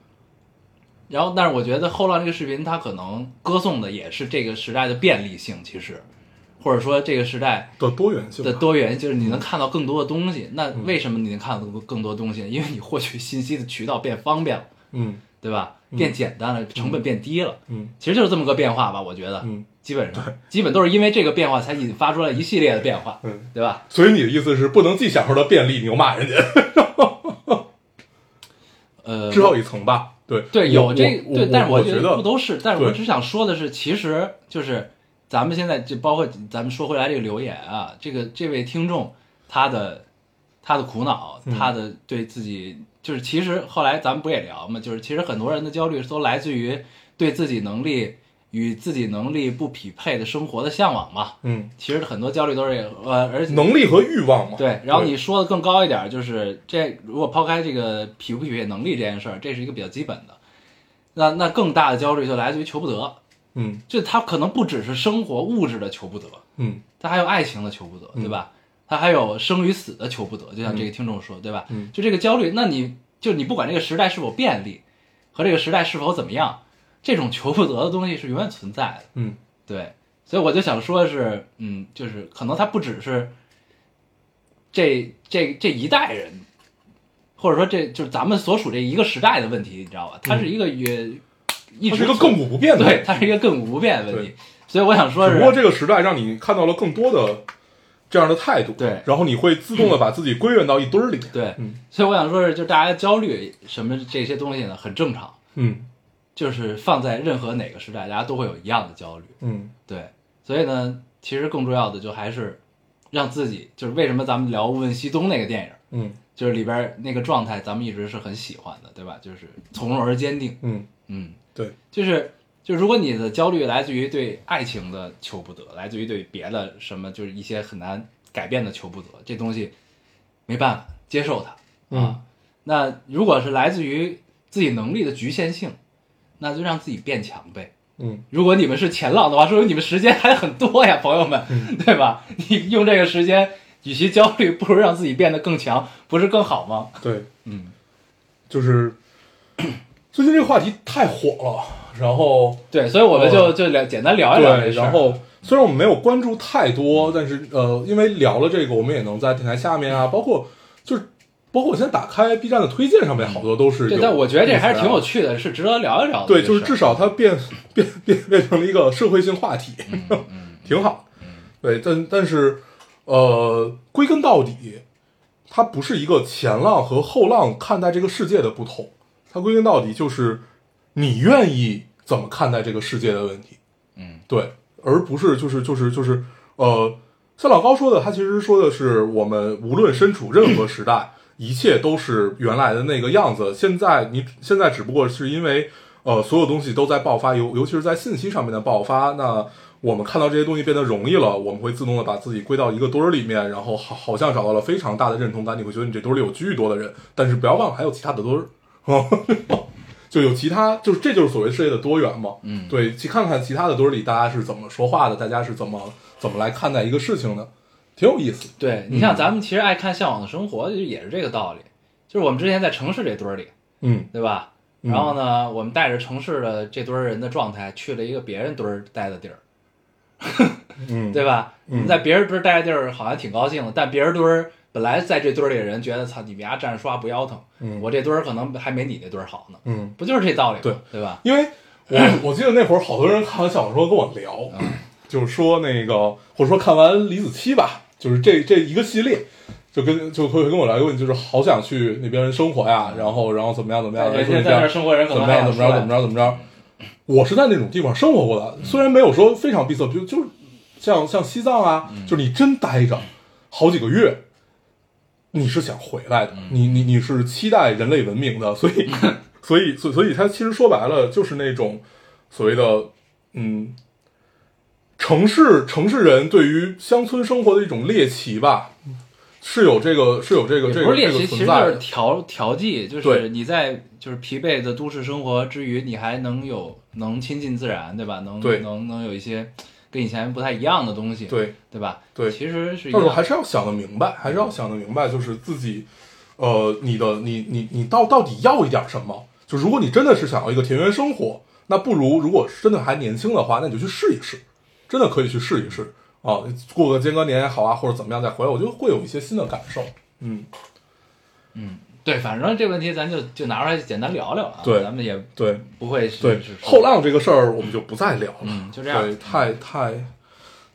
S2: 然后，但是我觉得后浪这个视频，它可能歌颂的也是这个时代的便利性，其实，或者说这个时代
S3: 的多元性吧嗯
S2: 的多元，就是你能看到更多的东西。那为什么你能看到更多东西呢？因为你获取信息的渠道变方便了，
S3: 嗯
S2: 对吧？变简单了，成本变低了，
S3: 嗯
S2: 其实就是这么个变化吧。我觉得，
S3: 嗯
S2: 基本上，基本都是因为这个变化才引发出来一系列的变化，
S3: 嗯，
S2: 对吧？
S3: 所以你的意思是不能既享受到便利，你又骂人家，
S2: 呃，
S3: 至少一层吧？对
S2: 对，
S3: 我
S2: 有
S3: 我
S2: 这
S3: 我
S2: 对，但是
S3: 我
S2: 觉
S3: 觉
S2: 得
S3: 得
S2: 不都是，但是我
S3: 对
S2: 只想说的是，其实就是咱们现在就包括咱们说回来这个留言啊，这个这位听众他的他的苦恼，
S3: 嗯
S2: 他的对自己就是其实后来咱们不也聊嘛，就是其实很多人的焦虑都来自于对自己能力与自己能力不匹配的生活的向往嘛。
S3: 嗯，
S2: 其实很多焦虑都是呃，而且
S3: 能力和欲望嘛。
S2: 对，然后你说的更高一点儿，就是这如果抛开这个匹不匹配能力这件事儿，这是一个比较基本的。那那更大的焦虑就来自于求不得，
S3: 嗯
S2: 就他可能不只是生活物质的求不得，
S3: 嗯
S2: 他还有爱情的求不得，对吧？他还有生与死的求不得，就像这个听众说，对吧？
S3: 嗯
S2: 就这个焦虑，那你就你不管这个时代是否便利，和这个时代是否怎么样，这种求不得的东西是永远存在的。
S3: 嗯
S2: 对，所以我就想说的是，嗯，就是可能它不只是这这这一代人，或者说这就是咱们所属这一个时代的问题，你知道吧？它是一个也、一
S3: 它
S2: 直
S3: 嗯是一个
S2: 存
S3: 亘古不变的。
S2: 对，它是一个亘古不变的问题。所以我想说
S3: 只不过
S2: 是，
S3: 这个时代让你看到了更多的这样的态度，
S2: 对
S3: 然后你会自动的把自己归院到一堆儿里。
S2: 对，
S3: 嗯
S2: 所以我想说是，就大家焦虑什么这些东西呢，很正常，
S3: 嗯
S2: 就是放在任何哪个时代，大家都会有一样的焦虑。
S3: 嗯
S2: 对，所以呢，其实更重要的就还是让自己，就是为什么咱们聊《问西东》那个电影。
S3: 嗯
S2: 就是里边那个状态，咱们一直是很喜欢的，对吧？就是从容而坚定，
S3: 嗯，
S2: 嗯，
S3: 对，
S2: 就是就如果你的焦虑来自于对爱情的求不得，来自于对别的什么，就是一些很难改变的求不得，这东西没办法接受它啊。那如果是来自于自己能力的局限性，那就让自己变强呗。
S3: 嗯，
S2: 如果你们是前浪的话，说明你们时间还很多呀，朋友们，对吧？你用这个时间，与其焦虑，不如让自己变得更强，不是更好吗？
S3: 对，
S2: 嗯，
S3: 就是 最近这个话题太火了，然后
S2: 对，所以我们就
S3: 哦
S2: 就聊简单聊一聊这
S3: 对，
S2: 事儿
S3: 然后虽然我们没有关注太
S2: 嗯
S3: 多，但是呃，因为聊了这个，我们也能在电台下面啊，包括就是包括我现在打开 B 站的推荐上面，好多都
S2: 嗯
S3: 是
S2: 对，
S3: 有
S2: 但我觉得这还是挺有
S3: 意思
S2: 趣的，是值得聊一聊的。
S3: 的，对，就是
S2: 这
S3: 至少它变变变变成了一个社会性话题，
S2: 嗯嗯
S3: 挺好。对，但但是，呃，归根到底，它不是一个前浪和后浪看待这个世界的不同，它归根到底就是你愿意怎么看待这个世界的问题。
S2: 嗯，
S3: 对，而不是就是就是就是呃，像老高说的，他其实说的是我们无论身处任何时代，一切都是原来的那个样子。现在你现在只不过是因为呃，所有东西都在爆发，尤尤其是在信息上面的爆发，那。我们看到这些东西变得容易了，我们会自动的把自己归到一个堆儿里面，然后好好像找到了非常大的认同感，你会觉得你这堆儿里有巨多的人，但是不要忘了还有其他的堆儿，就有其他，就是这就是所谓世界的多元嘛。
S2: 嗯
S3: 对，去看看其他的堆儿里大家是怎么说话的，大家是怎么怎么来看待一个事情的，挺有意思。
S2: 对你像
S3: 嗯
S2: 咱们其实爱看《向往的生活》，就也是这个道理，就是我们之前在城市这堆儿里，
S3: 嗯
S2: 对吧？
S3: 嗯
S2: 然后呢，我们带着城市的这堆儿人的状态，去了一个别人堆儿待的地儿，
S3: 嗯，
S2: 对吧？
S3: 嗯
S2: 你在别人堆儿待的地儿好像挺高兴的，但别人堆儿本来在这堆儿里的人觉得，操，你们家站着说话不腰疼，
S3: 嗯
S2: 我这堆儿可能还没你那堆儿好呢，
S3: 嗯，
S2: 不就是这道理吗？
S3: 对
S2: 对吧？
S3: 因为我我记得那会儿好多人看完小说跟我聊，就是说那个或者说看完李子柒吧，就是这这一个系列。就跟就会跟我聊一个问题，就是好想去那边生活呀，然后然后怎么样怎么样，
S2: 人
S3: 然后
S2: 家在那儿生活 人可
S3: 怎
S2: 能
S3: 么
S2: 还
S3: 样
S2: 想
S3: 怎么着怎么着怎么着。我是在那种地方生活过的，
S2: 嗯
S3: 虽然没有说非常闭塞，就就是像像西藏啊，
S2: 嗯
S3: 就是你真待着好几个月，你是想回来的，
S2: 嗯
S3: 你你你是期待人类文明的，所以所以所以所以它其实说白了就是那种所谓的嗯。城市城市人对于乡村生活的一种猎奇吧，是有这个是有这个
S2: 也
S3: 这
S2: 不
S3: 个
S2: 是练
S3: 这
S2: 习，
S3: 个
S2: 其
S3: 存
S2: 实
S3: 在
S2: 就是
S3: 的，
S2: 调调剂，就
S3: 对
S2: 是你在就是疲惫的都市生活之余，你还能有能亲近自然，对吧？能
S3: 对
S2: 能能有一些跟以前不太一样的东西，
S3: 对
S2: 对吧？
S3: 对
S2: 其实是一
S3: 但
S2: 样
S3: 是我还是要想得明白，还是要想得明白，就是自己，呃，你的你你你到到底要一点什么？就如果你真的是想要一个田园生活，那不如如果真的还年轻的话，那你就去试一试，真的可以去试一试啊，过个间隔年也好啊，或者怎么样再回来，我觉得会有一些新的感受。嗯，
S2: 对，反正这个问题咱就就拿出来简单聊聊啊，
S3: 对
S2: 咱们也
S3: 对
S2: 不会是
S3: 对
S2: 是，
S3: 后浪这个事儿我们就不再聊了，
S2: 嗯就这样
S3: 对，太太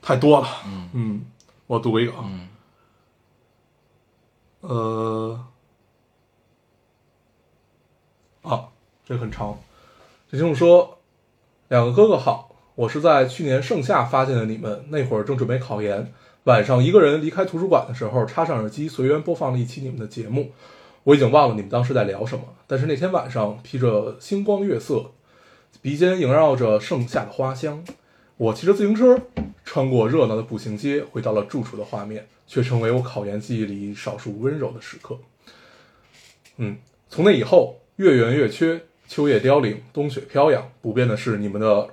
S3: 太多了。嗯我读一个啊，
S2: 嗯
S3: 呃，啊，这个很长。这听众说：“两个哥哥好，我是在去年盛夏发现的你们，那会儿正准备考研，晚上一个人离开图书馆的时候，插上耳机，随缘播放了一期你们的节目。我已经忘了你们当时在聊什么，但是那天晚上披着星光月色，鼻尖萦绕着盛夏的花香，我骑着自行车穿过热闹的步行街，回到了住处的画面，却成为我考研记忆里少数温柔的时刻。嗯，从那以后，月圆月缺，秋叶凋零，冬雪飘扬，不变的是你们的，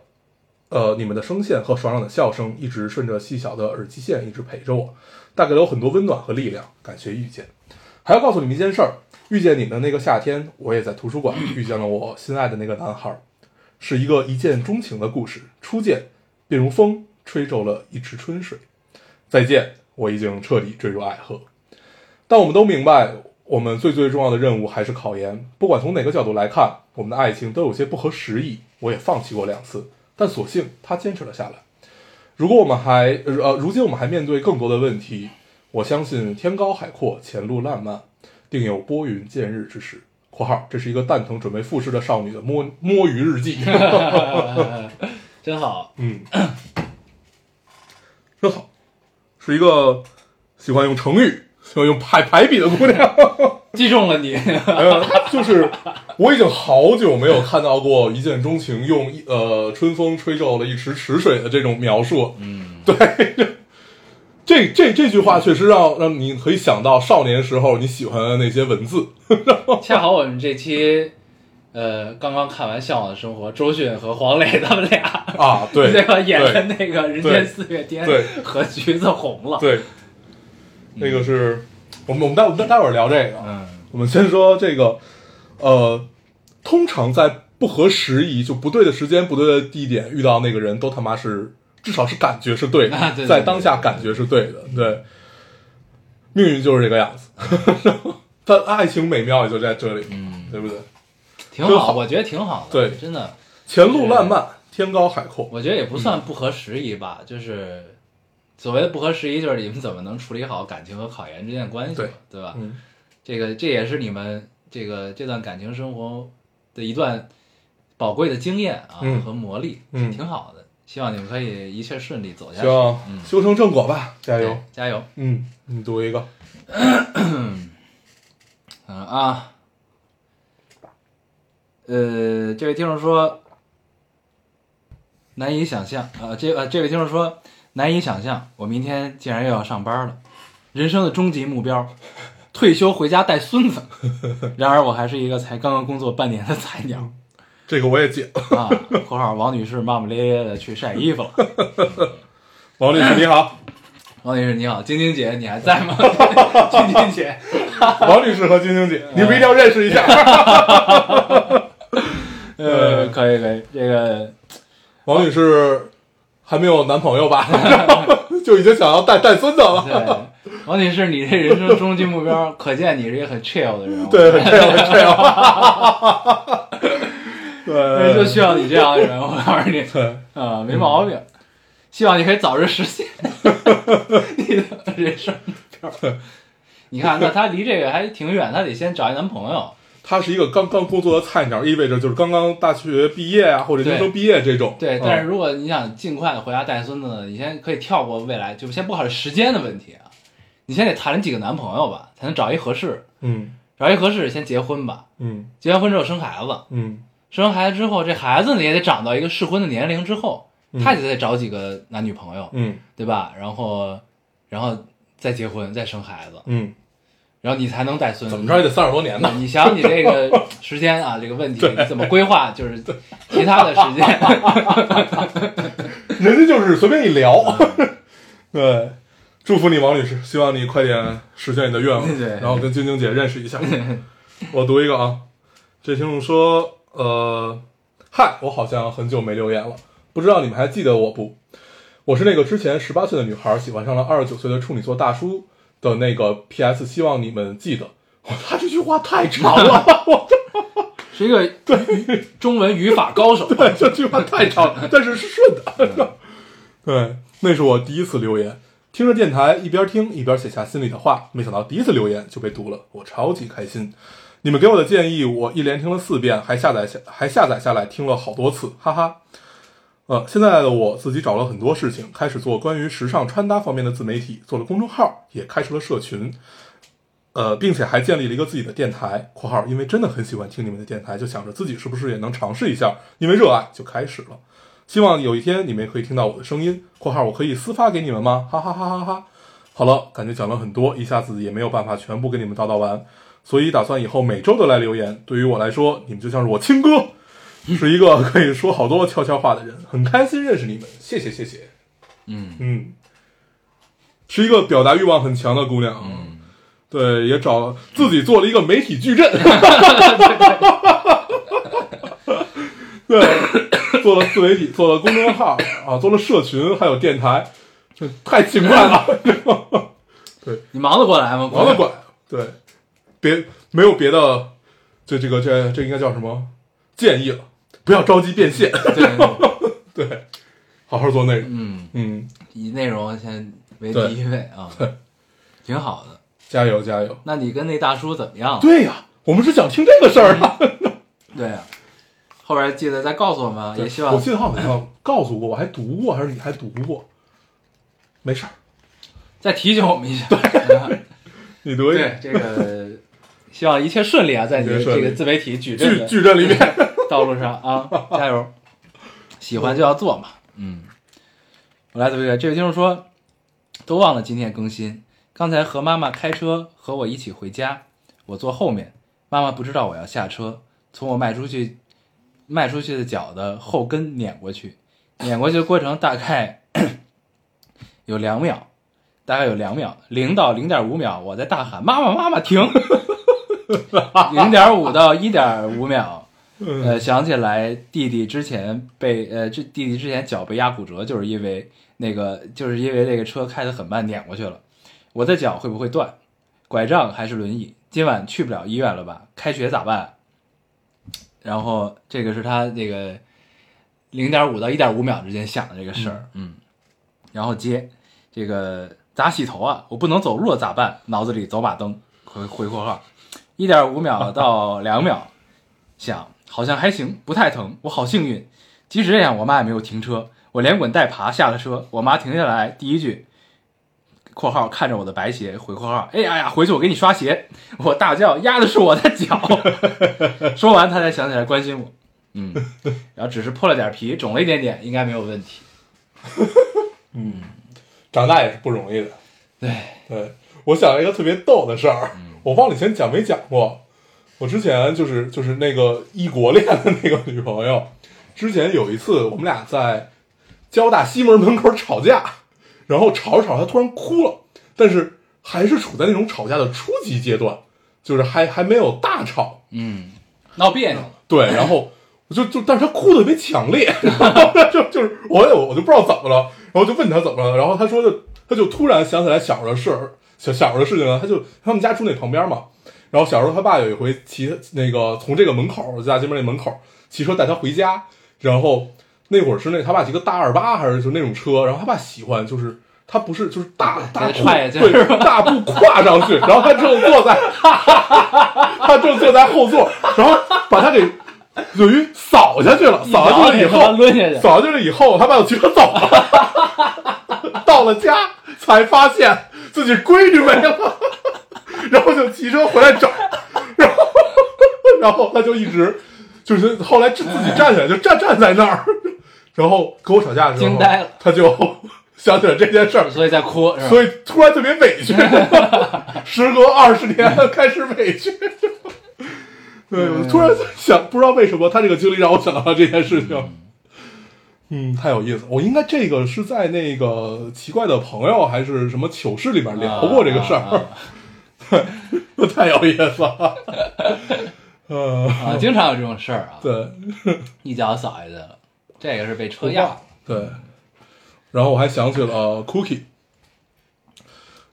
S3: 呃，你们的声线和爽朗的笑声，一直顺着细小的耳机线一直陪着我，带给了我很多温暖和力量。感谢遇见，还要告诉你们一件事儿：遇见你们的那个夏天，我也在图书馆遇见了我心爱的那个男孩儿。是一个一见钟情的故事。初见便如风吹皱了一池春水，再见，我已经彻底坠入爱河。但我们都明白，我们最最重要的任务还是考研。不管从哪个角度来看，我们的爱情都有些不合时宜。我也放弃过两次，但所幸他坚持了下来。如果我们还呃，如今我们还面对更多的问题，我相信天高海阔，前路漫漫，定有拨云见日之时。（括号这是一个蛋疼准备复试的少女的摸摸鱼日记。）
S2: 真好，
S3: 嗯， 真好，是一个喜欢用成语、喜欢用排排比的姑娘。
S2: 击中了你，
S3: 没有，就是我已经好久没有看到过一见钟情用一呃“春风吹皱了一池池水”的这种描述。嗯，对， 这这这句话确实让让你可以想到少年时候你喜欢的那些文字。
S2: 恰好我们这期。呃，刚刚看完《向往的生活》，周迅和黄磊他们俩
S3: 啊对
S2: 对吧？演的 那
S3: 对
S2: 个《人
S3: 对
S2: 间四月天
S3: 对》
S2: 和橘子红了，
S3: 对，那个是我们我们待我们待待会儿聊这个啊。
S2: 嗯，
S3: 我们先说这个，呃，通常在不合时宜，就不对的时间、不对的地点遇到那个人都他妈是，至少是感觉是对的，
S2: 啊对对
S3: 在
S2: 对
S3: 当下感觉是对的，对，命运就是这个样子， 但爱情美妙也就在这里，嗯，对不对？
S2: 挺
S3: 真
S2: 好，
S3: 好
S2: 我觉得挺好的，
S3: 对
S2: 真的，
S3: 前路漫漫，天高海阔，
S2: 我觉得也不
S3: 嗯
S2: 算不合时宜吧，就是所谓的不合时宜，就是你们怎么能处理好感情和考研之间的关系，
S3: 对
S2: 对吧？
S3: 嗯，
S2: 这个这也是你们这个这段感情生活的一段宝贵的经验啊、
S3: 嗯
S2: 和磨砺，
S3: 嗯
S2: 挺好的。希望你们可以一切顺利走下
S3: 希
S2: 去，
S3: 望
S2: 嗯，哎
S3: 修成正果吧，加油
S2: 对，加油！
S3: 嗯，你读一个，
S2: 嗯啊，呃，这位听众说难以想象啊、呃这呃，这位听众说难以想象，我明天竟然又要上班了，人生的终极目标，退休回家带孙子。 然而我还是一个才刚刚工作半年的菜鸟
S3: 这个我也解了。
S2: 啊。（括号王女士骂骂咧咧的去晒衣服了
S3: 王律师 你好，）
S2: 王女士你好，晶晶姐你还在吗？ 晶晶姐，
S3: 王律师和晶晶姐，你们一定要认识一下。
S2: 呃，可以可以，这个
S3: 王女士还没有男朋 友吧？然后就已经想要带带孙子了。
S2: 对，王女士，你这人生终极目标，可见你是一个很 chill 的人。我
S3: 对，这样这 样。
S2: 觉得就
S3: 对，
S2: 需要你这样的人，我告诉你，
S3: 对，
S2: 啊，没毛病。希望你可以早日实现你的人生目标。你看，那他离这个还挺远，他得先找一男朋友。
S3: 她是一个刚刚工作的菜鸟，意味着就是刚刚大学毕业啊，或者研究生毕业这种。
S2: 对，
S3: 嗯
S2: 但是如果你想尽快的回家带孙子呢，你先可以跳过未来，就先不考虑时间的问题啊，你先得谈几个男朋友吧，才能找一合适，
S3: 嗯
S2: 找一合适先结婚吧，
S3: 嗯
S2: 结完婚之后生孩子，
S3: 嗯
S2: 生完孩子之后，这孩子呢也得长到一个适婚的年龄之后，
S3: 嗯
S2: 他也得找几个男女朋友，
S3: 嗯
S2: 对吧？然后，然后再结婚再生孩子，
S3: 嗯，
S2: 然后你才能带孙子。
S3: 怎么着也得三十多年
S2: 那
S3: 吧？
S2: 你想想你这个时间啊，这个问题你怎么规划？就是其他的时间，
S3: 人家就是随便一聊， 对，祝福你王女士，希望你快点实现你的愿望，
S2: 对
S3: 然后跟晶晶姐认识一下。 我读一个啊，这听众说，呃，嗨，我好像很久没留言了，不知道你们还记得我不？我是那个之前十八岁的女孩喜欢上了二十九岁的处女座大叔的那个 P.S，希望你们记得。 哇，他这句话太长了，我
S2: 是一个语中文语法高手。 啊
S3: 对，这句话太长了，但是是顺的。 对，那是我第一次留言，听着电台一边听一边写下心里的话，没想到第一次留言就被读了，我超级开心。你们给我的建议，我一连听了四遍，还下载下还下载下来听了好多次，哈哈。呃，现在的我自己找了很多事情，开始做关于时尚穿搭方面的自媒体，做了公众号，也开设了社群，呃，并且还建立了一个自己的电台（括号因为真的很喜欢听你们的电台，就想着自己是不是也能尝试一下，因为热爱就开始了。希望有一天你们也可以听到我的声音（括号我可以私发给你们吗？哈哈哈哈哈哈。）好了，感觉讲了很多，一下子也没有办法全部跟你们叨叨完，所以打算以后每周都来留言。对于我来说，你们就像是我亲哥，是一个可以说好多悄悄话的人，很开心认识你们，谢谢谢谢。
S2: 嗯
S3: 嗯，是一个表达欲望很强的姑娘。嗯，对，也找自己做了一个媒体矩阵。对，做了自媒体，做了公众号啊，做了社群，还有电台，这太勤快了，
S2: 你忙得过来吗？
S3: 忙得过来。对，别没有别的，就这个这这应该叫什么建议了？不要着急变现，
S2: 对，
S3: 对，好好做内容。
S2: 嗯，
S3: 嗯，
S2: 以内容先为第一位啊，挺好的。
S3: 加油加油！
S2: 那你跟那大叔怎么样？
S3: 对呀、我们是想听这个事儿啊。
S2: 对啊，后边记得再告诉我们啊，也希
S3: 我
S2: 望
S3: 记得好像告诉过，我还读过，还是你还读过？没事儿，
S2: 再提醒我们一下。嗯
S3: 你读一
S2: 对
S3: 遍。
S2: 这个，希望一切顺利啊，在你
S3: 一切顺
S2: 这
S3: 利
S2: 个自媒体矩阵
S3: 矩
S2: 的
S3: 矩阵里面，
S2: 道路上啊，加油！喜欢就要做嘛，嗯。我来读一个，这位听众说，都忘了今天更新。刚才和妈妈开车和我一起回家，我坐后面，妈妈不知道我要下车，从我迈出去迈出去的脚的后跟碾过去，碾过去的过程大概 有两秒，大概有两秒，零到零点五秒，我在大喊妈妈妈妈停， 零点五到一点五秒，呃，想起来弟弟之前被呃，这弟弟之前脚被压骨折，就是因为那个，就是因为那个车开得很慢碾过去了。我的脚会不会断？拐杖还是轮椅？今晚去不了医院了吧？开学咋办？然后这个是他那个零点五到一点五秒之间想的这个事儿，嗯，然后接这个咋洗头啊？我不能走路了咋办？脑子里走马灯，回回括号，一点五秒到两秒。想好像还行，不太疼，我好幸运。即使这样，我妈也没有停车，我连滚带爬下了车。我妈停下来，第一句（括号看着我的白鞋）回括号，哎呀呀，回去我给你刷鞋。我大叫，压的是我的 脚。说完，她才想起来关心我。嗯，然后只是破了点皮，肿了一点点，应该没有问题。
S3: 长大也是不容易的。
S2: 对，
S3: 对，我想了一个特别逗的事儿，我忘了以前讲没讲过。我之前就是就是那个异国恋的那个女朋友，之前有一次我们俩在交大西门门口吵架，然后吵着吵着她突然哭了，但是还是处在那种吵架的初级阶段，就是还还没有大吵，
S2: 嗯，闹别扭了，
S3: 对，然后我就就，但是他哭的特别强烈，然后就就是我也我就不知道怎么了，然后就问他怎么了，然后他说就他就突然想起来小时候的事儿，小小时候的事情了，他就他们家住那旁边嘛，然后小时候他爸有一回骑那个从这个门口就家街边那门口骑车带他回家，然后那会儿是那他爸骑个大二八还是就那种车，然后他爸喜欢就是。他不是，就是大大
S2: 给他
S3: 步
S2: 踹下去
S3: 对大步跨上去，然后他正坐在，他正坐在后座，然后把他给等于扫下去了，扫下去了以
S2: 一摇给他
S3: 后
S2: 抡下去，
S3: 扫下去了以后，他把我骑车走了，到了家才发现自己闺女没了，然后就骑车回来找，然后然后他就一直就是后来自己站起来就站站在那儿，然后跟我吵架的时候，
S2: 惊呆了
S3: 他就想起了这件事儿，
S2: 所以在哭是吧？ 啊
S3: 所以突然特别委屈，时隔二十年开始委屈。对，我
S2: 哎
S3: 突然想，不知道为什么他这个经历让我想到了这件事情。嗯，太有意思。我应该这个是在那个奇怪的朋友还是什么糗事里边聊过这个事儿，
S2: 啊啊
S3: 太有意思了。嗯，
S2: 啊啊经常有这种事儿啊，
S3: 对，
S2: 一脚扫下去了。这个是被车压了，
S3: 对，然后我还想起了呃 Cookie，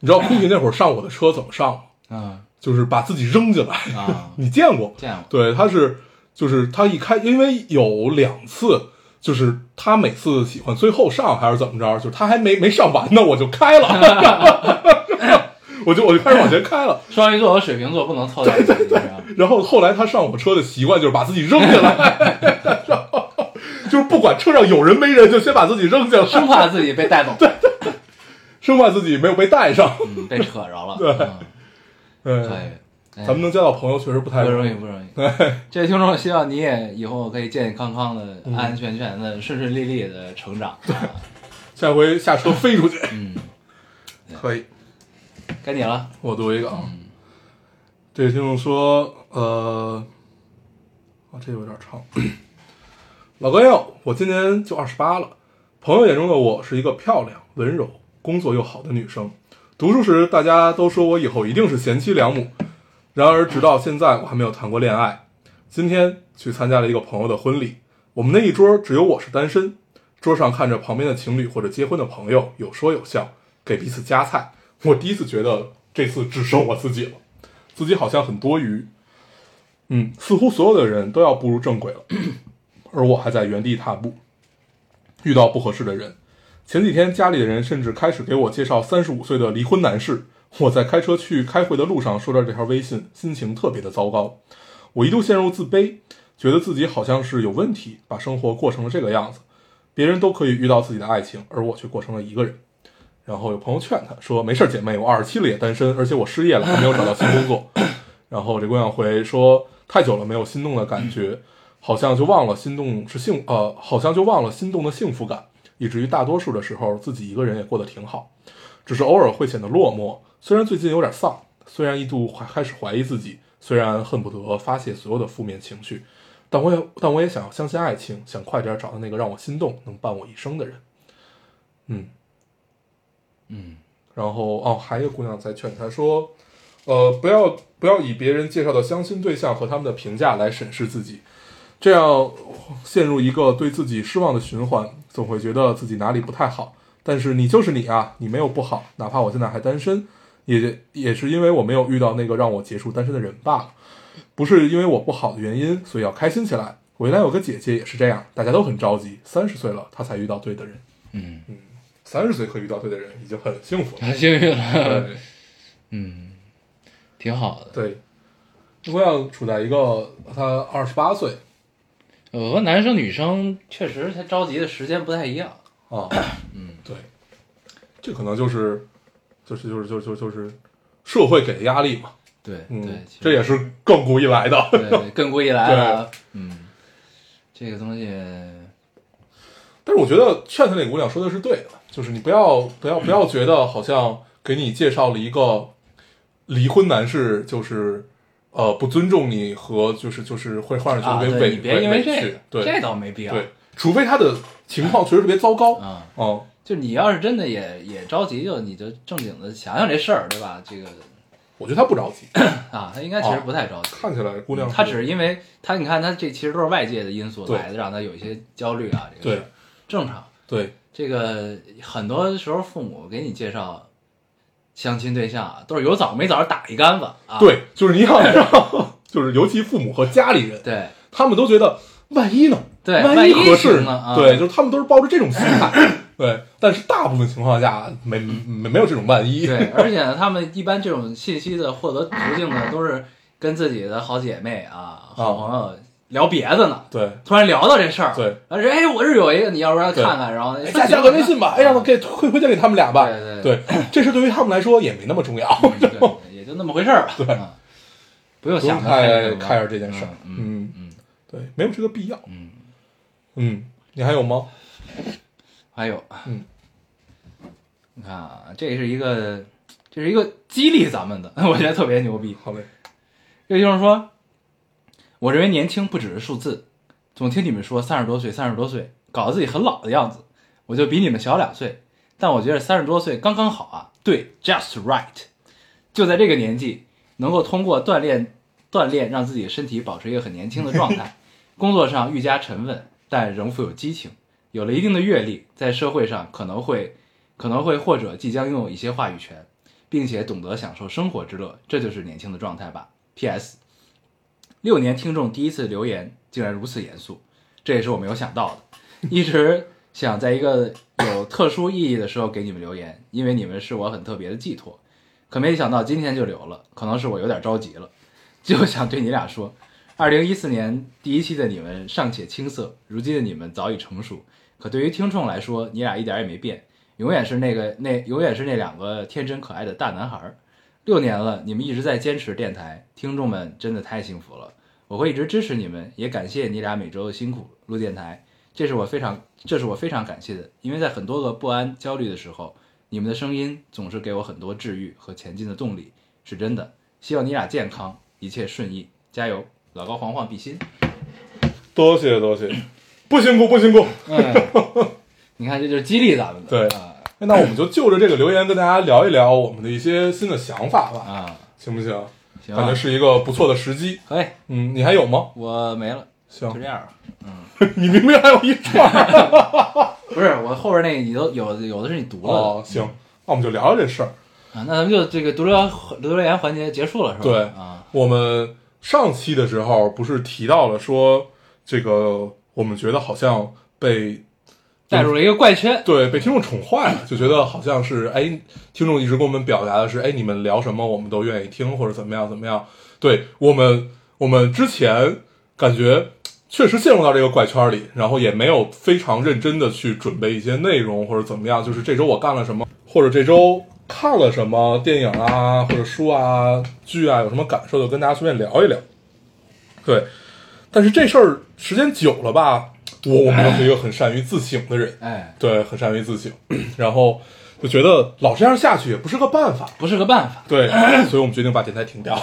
S3: 你知道 Cookie 那会儿上我的车怎么上吗？
S2: 嗯
S3: 就是把自己扔进来，，
S2: 啊
S3: 你见过？
S2: 见过
S3: 对，他是就是他一开，因为有两次，就是他每次喜欢最后上还是怎么着，就是他还没没上完呢，我就开了， 我就我就开始往前开了。
S2: 双鱼座和水瓶座不能凑在一起，你知道吗
S3: 然后后来他上我车的习惯就是把自己扔进来，然后就是不管车上有人没人，就先把自己扔进来，
S2: 生怕自己被带走，
S3: 生怕自己没有被带上。
S2: 嗯，被扯着了，
S3: 对
S2: 嗯
S3: 对，
S2: 可以，哎
S3: 咱们能交到朋友确实不太
S2: 不容
S3: 易。
S2: 易，不容易。这位听众，希望你也以后可以健健康康的、安安全全的、顺顺利利的成长。啊
S3: 下回下车飞出去，
S2: 嗯，
S3: 可以。
S2: 该你了。
S3: 我读一个啊，这个听众说，呃，啊，这有点长。 老哥要，我今年就二十八了。朋友眼中的我是一个漂亮、温柔、工作又好的女生。读书时，大家都说我以后一定是贤妻良母。然而，直到现在，我还没有谈过恋爱。今天去参加了一个朋友的婚礼，我们那一桌只有我是单身。桌上看着旁边的情侣或者结婚的朋友，有说有笑，给彼此夹菜。我第一次觉得这次只剩我自己了，自己好像很多余。嗯，似乎所有的人都要步入正轨了，而我还在原地踏步。遇到不合适的人，前几天家里的人甚至开始给我介绍三十五岁的离婚男士。我在开车去开会的路上收到这条微信，心情特别的糟糕。我一度陷入自卑，觉得自己好像是有问题，把生活过成了这个样子。别人都可以遇到自己的爱情，而我却过成了一个人。然后有朋友劝他说：“没事儿，姐妹，我二十七了也单身，而且我失业了，还没有找到新工作。”然后这姑娘回说：“太久了没有心动的感觉，好像就忘了心动是幸呃，好像就忘了心动的幸福感，以至于大多数的时候自己一个人也过得挺好，只是偶尔会显得落寞。虽然最近有点丧，虽然一度怀开始怀疑自己，虽然恨不得发泄所有的负面情绪，但我也但我也想要相信爱情，想快点找到那个让我心动、能伴我一生的人。”嗯。
S2: 嗯，
S3: 然后哦，还有一个姑娘在劝他说，呃，不要不要以别人介绍的相亲对象和他们的评价来审视自己，这样陷入一个对自己失望的循环，总会觉得自己哪里不太好。但是你就是你啊，你没有不好，哪怕我现在还单身，也也是因为我没有遇到那个让我结束单身的人罢了，不是因为我不好的原因，所以要开心起来。我原来有个姐姐也是这样，大家都很着急，三十岁了她才遇到对的人，
S2: 嗯，
S3: 三十岁可以遇到对的人已经很幸福了。
S2: 很啊幸运了，
S3: 对
S2: 嗯，挺好的。
S3: 对，姑娘处在一个她二十八岁
S2: 我和男生女生确实他着急的时间不太一样。
S3: 啊，嗯，对，这可能就是就是就是就是就是就是社会给的压力嘛，
S2: 对对
S3: 嗯，，这也是亘古以来的，
S2: 对对亘古以来啊。嗯，这个东西，
S3: 但是我觉得劝她那姑娘说的是对的，就是你不要不要不要觉得好像给你介绍了一个离婚男士，就是呃不尊重你和就是就是会会让你觉
S2: 啊，对
S3: 得委
S2: 你
S3: 委
S2: 别因为
S3: 委
S2: 这
S3: 屈
S2: 个，，
S3: 对
S2: 这倒没必要。
S3: 对，除非他的情况确实特别糟糕，
S2: 啊，
S3: 嗯。
S2: 就你要是真的也也着急，就你就正经的想想这事儿，对吧？这个
S3: 我觉得他不着急，
S2: 啊，他应该其实不太着急。
S3: 看起来姑娘
S2: 嗯他只是因为他，你看他这其实都是外界的因素
S3: 对
S2: 来的，让他有一些焦虑啊，这个
S3: 对
S2: 事儿正常。
S3: 对
S2: 这个很多时候父母给你介绍相亲对象啊，都是有枣没枣打一竿子啊。
S3: 对，就是你好像 就是尤其父母和家里人，
S2: 对
S3: 他们都觉得万一呢，
S2: 对
S3: 万
S2: 万一
S3: 合适
S2: 行呢啊
S3: 对，就是他们都是抱着这种心态，对，但是大部分情况下没没没有这种万一，
S2: 嗯对， 而且呢，他们一般这种信息的获得途径呢，都是跟自己的好姐妹啊、好朋友聊别的呢。
S3: 对
S2: 突然聊到这事儿，
S3: 对，
S2: 然后说哎，我这有一个，你要不要看看？然后啊
S3: 哎
S2: 说
S3: 加加个微信吧，哎，让我给推推荐给他们俩吧，
S2: 对
S3: 对
S2: 对，
S3: 这事对于他们来说也没那么重要，
S2: 对，也就那么回事儿吧。对，不用
S3: 不
S2: 想
S3: 用
S2: 得
S3: 太
S2: 什么
S3: care 这件事儿，
S2: 嗯
S3: 嗯
S2: 嗯，
S3: 对，没有这个必要，
S2: 嗯
S3: 嗯，你还有吗？
S2: 还有，啊
S3: 嗯，
S2: 你看啊，这是一个，这是一个激励咱们的， 我觉得特别牛逼。
S3: 好嘞，
S2: 也就是说，我认为年轻不只是数字，总听你们说三十多岁，三十多岁，搞得自己很老的样子，我就比你们小两岁，但我觉得三十多岁刚刚好啊，对，just right，就在这个年纪，能够通过锻炼锻炼，让自己身体保持一个很年轻的状态，工作上愈加沉稳，但仍富有激情，有了一定的阅历，在社会上可能会可能会或者即将拥有一些话语权，并且懂得享受生活之乐，这就是年轻的状态吧。P.S. 六年听众第一次留言竟然如此严肃，这也是我没有想到的。一直想在一个有特殊意义的时候给你们留言，因为你们是我很特别的寄托。可没想到今天就留了，可能是我有点着急了，就想对你俩说，二零一四年第一期的你们尚且青涩，如今的你们早已成熟。可对于听众来说，你俩一点也没变，永远是那个那永远是那两个天真可爱的大男孩儿。六年了，你们一直在坚持电台，听众们真的太幸福了。我会一直支持你们，也感谢你俩每周辛苦录电台，这是我非常这是我非常感谢的，因为在很多个不安、焦虑的时候，你们的声音总是给我很多治愈和前进的动力，是真的。希望你俩健康，一切顺意，加油！老高、黄黄、比心。
S3: 多谢多谢， 不辛苦不辛苦。
S2: 嗯，你看，这就是激励咱们的。
S3: 哎对
S2: 啊
S3: 哎那我们就就着这个留言跟大家聊一聊我们的一些新的想法吧，
S2: 啊，
S3: 行不行？
S2: 行啊
S3: 感觉是一个不错的时机。
S2: 可以，
S3: 嗯，你还有吗？
S2: 我没了，
S3: 行
S2: 就，这样。
S3: 你明明还有一串儿。
S2: 不是，我后边那个你都有有的是你读了的
S3: 哦，行，那我们就聊聊这事儿。
S2: 啊，那咱们就这个读留言读留言环节结束了是吧？
S3: 对
S2: 啊，
S3: 我们上期的时候不是提到了说，这个我们觉得好像被
S2: 带入了一个怪圈。
S3: 对被听众宠坏了，就觉得好像是哎，听众一直跟我们表达的是哎，你们聊什么我们都愿意听，或者怎么样怎么样。对我们，我们之前感觉确实陷入到这个怪圈里，然后也没有非常认真的去准备一些内容或者怎么样，就是这周我干了什么，或者这周看了什么电影啊，或者书啊、剧啊，有什么感受就跟大家随便聊一聊。对，但是这事儿时间久了吧，我我们又是一个很善于自省的人，
S2: 哎，
S3: 对，很善于自省，然后就觉得老这样下去也不是个办法，
S2: 不是个办法，
S3: 对，所以我们决定把电台停掉。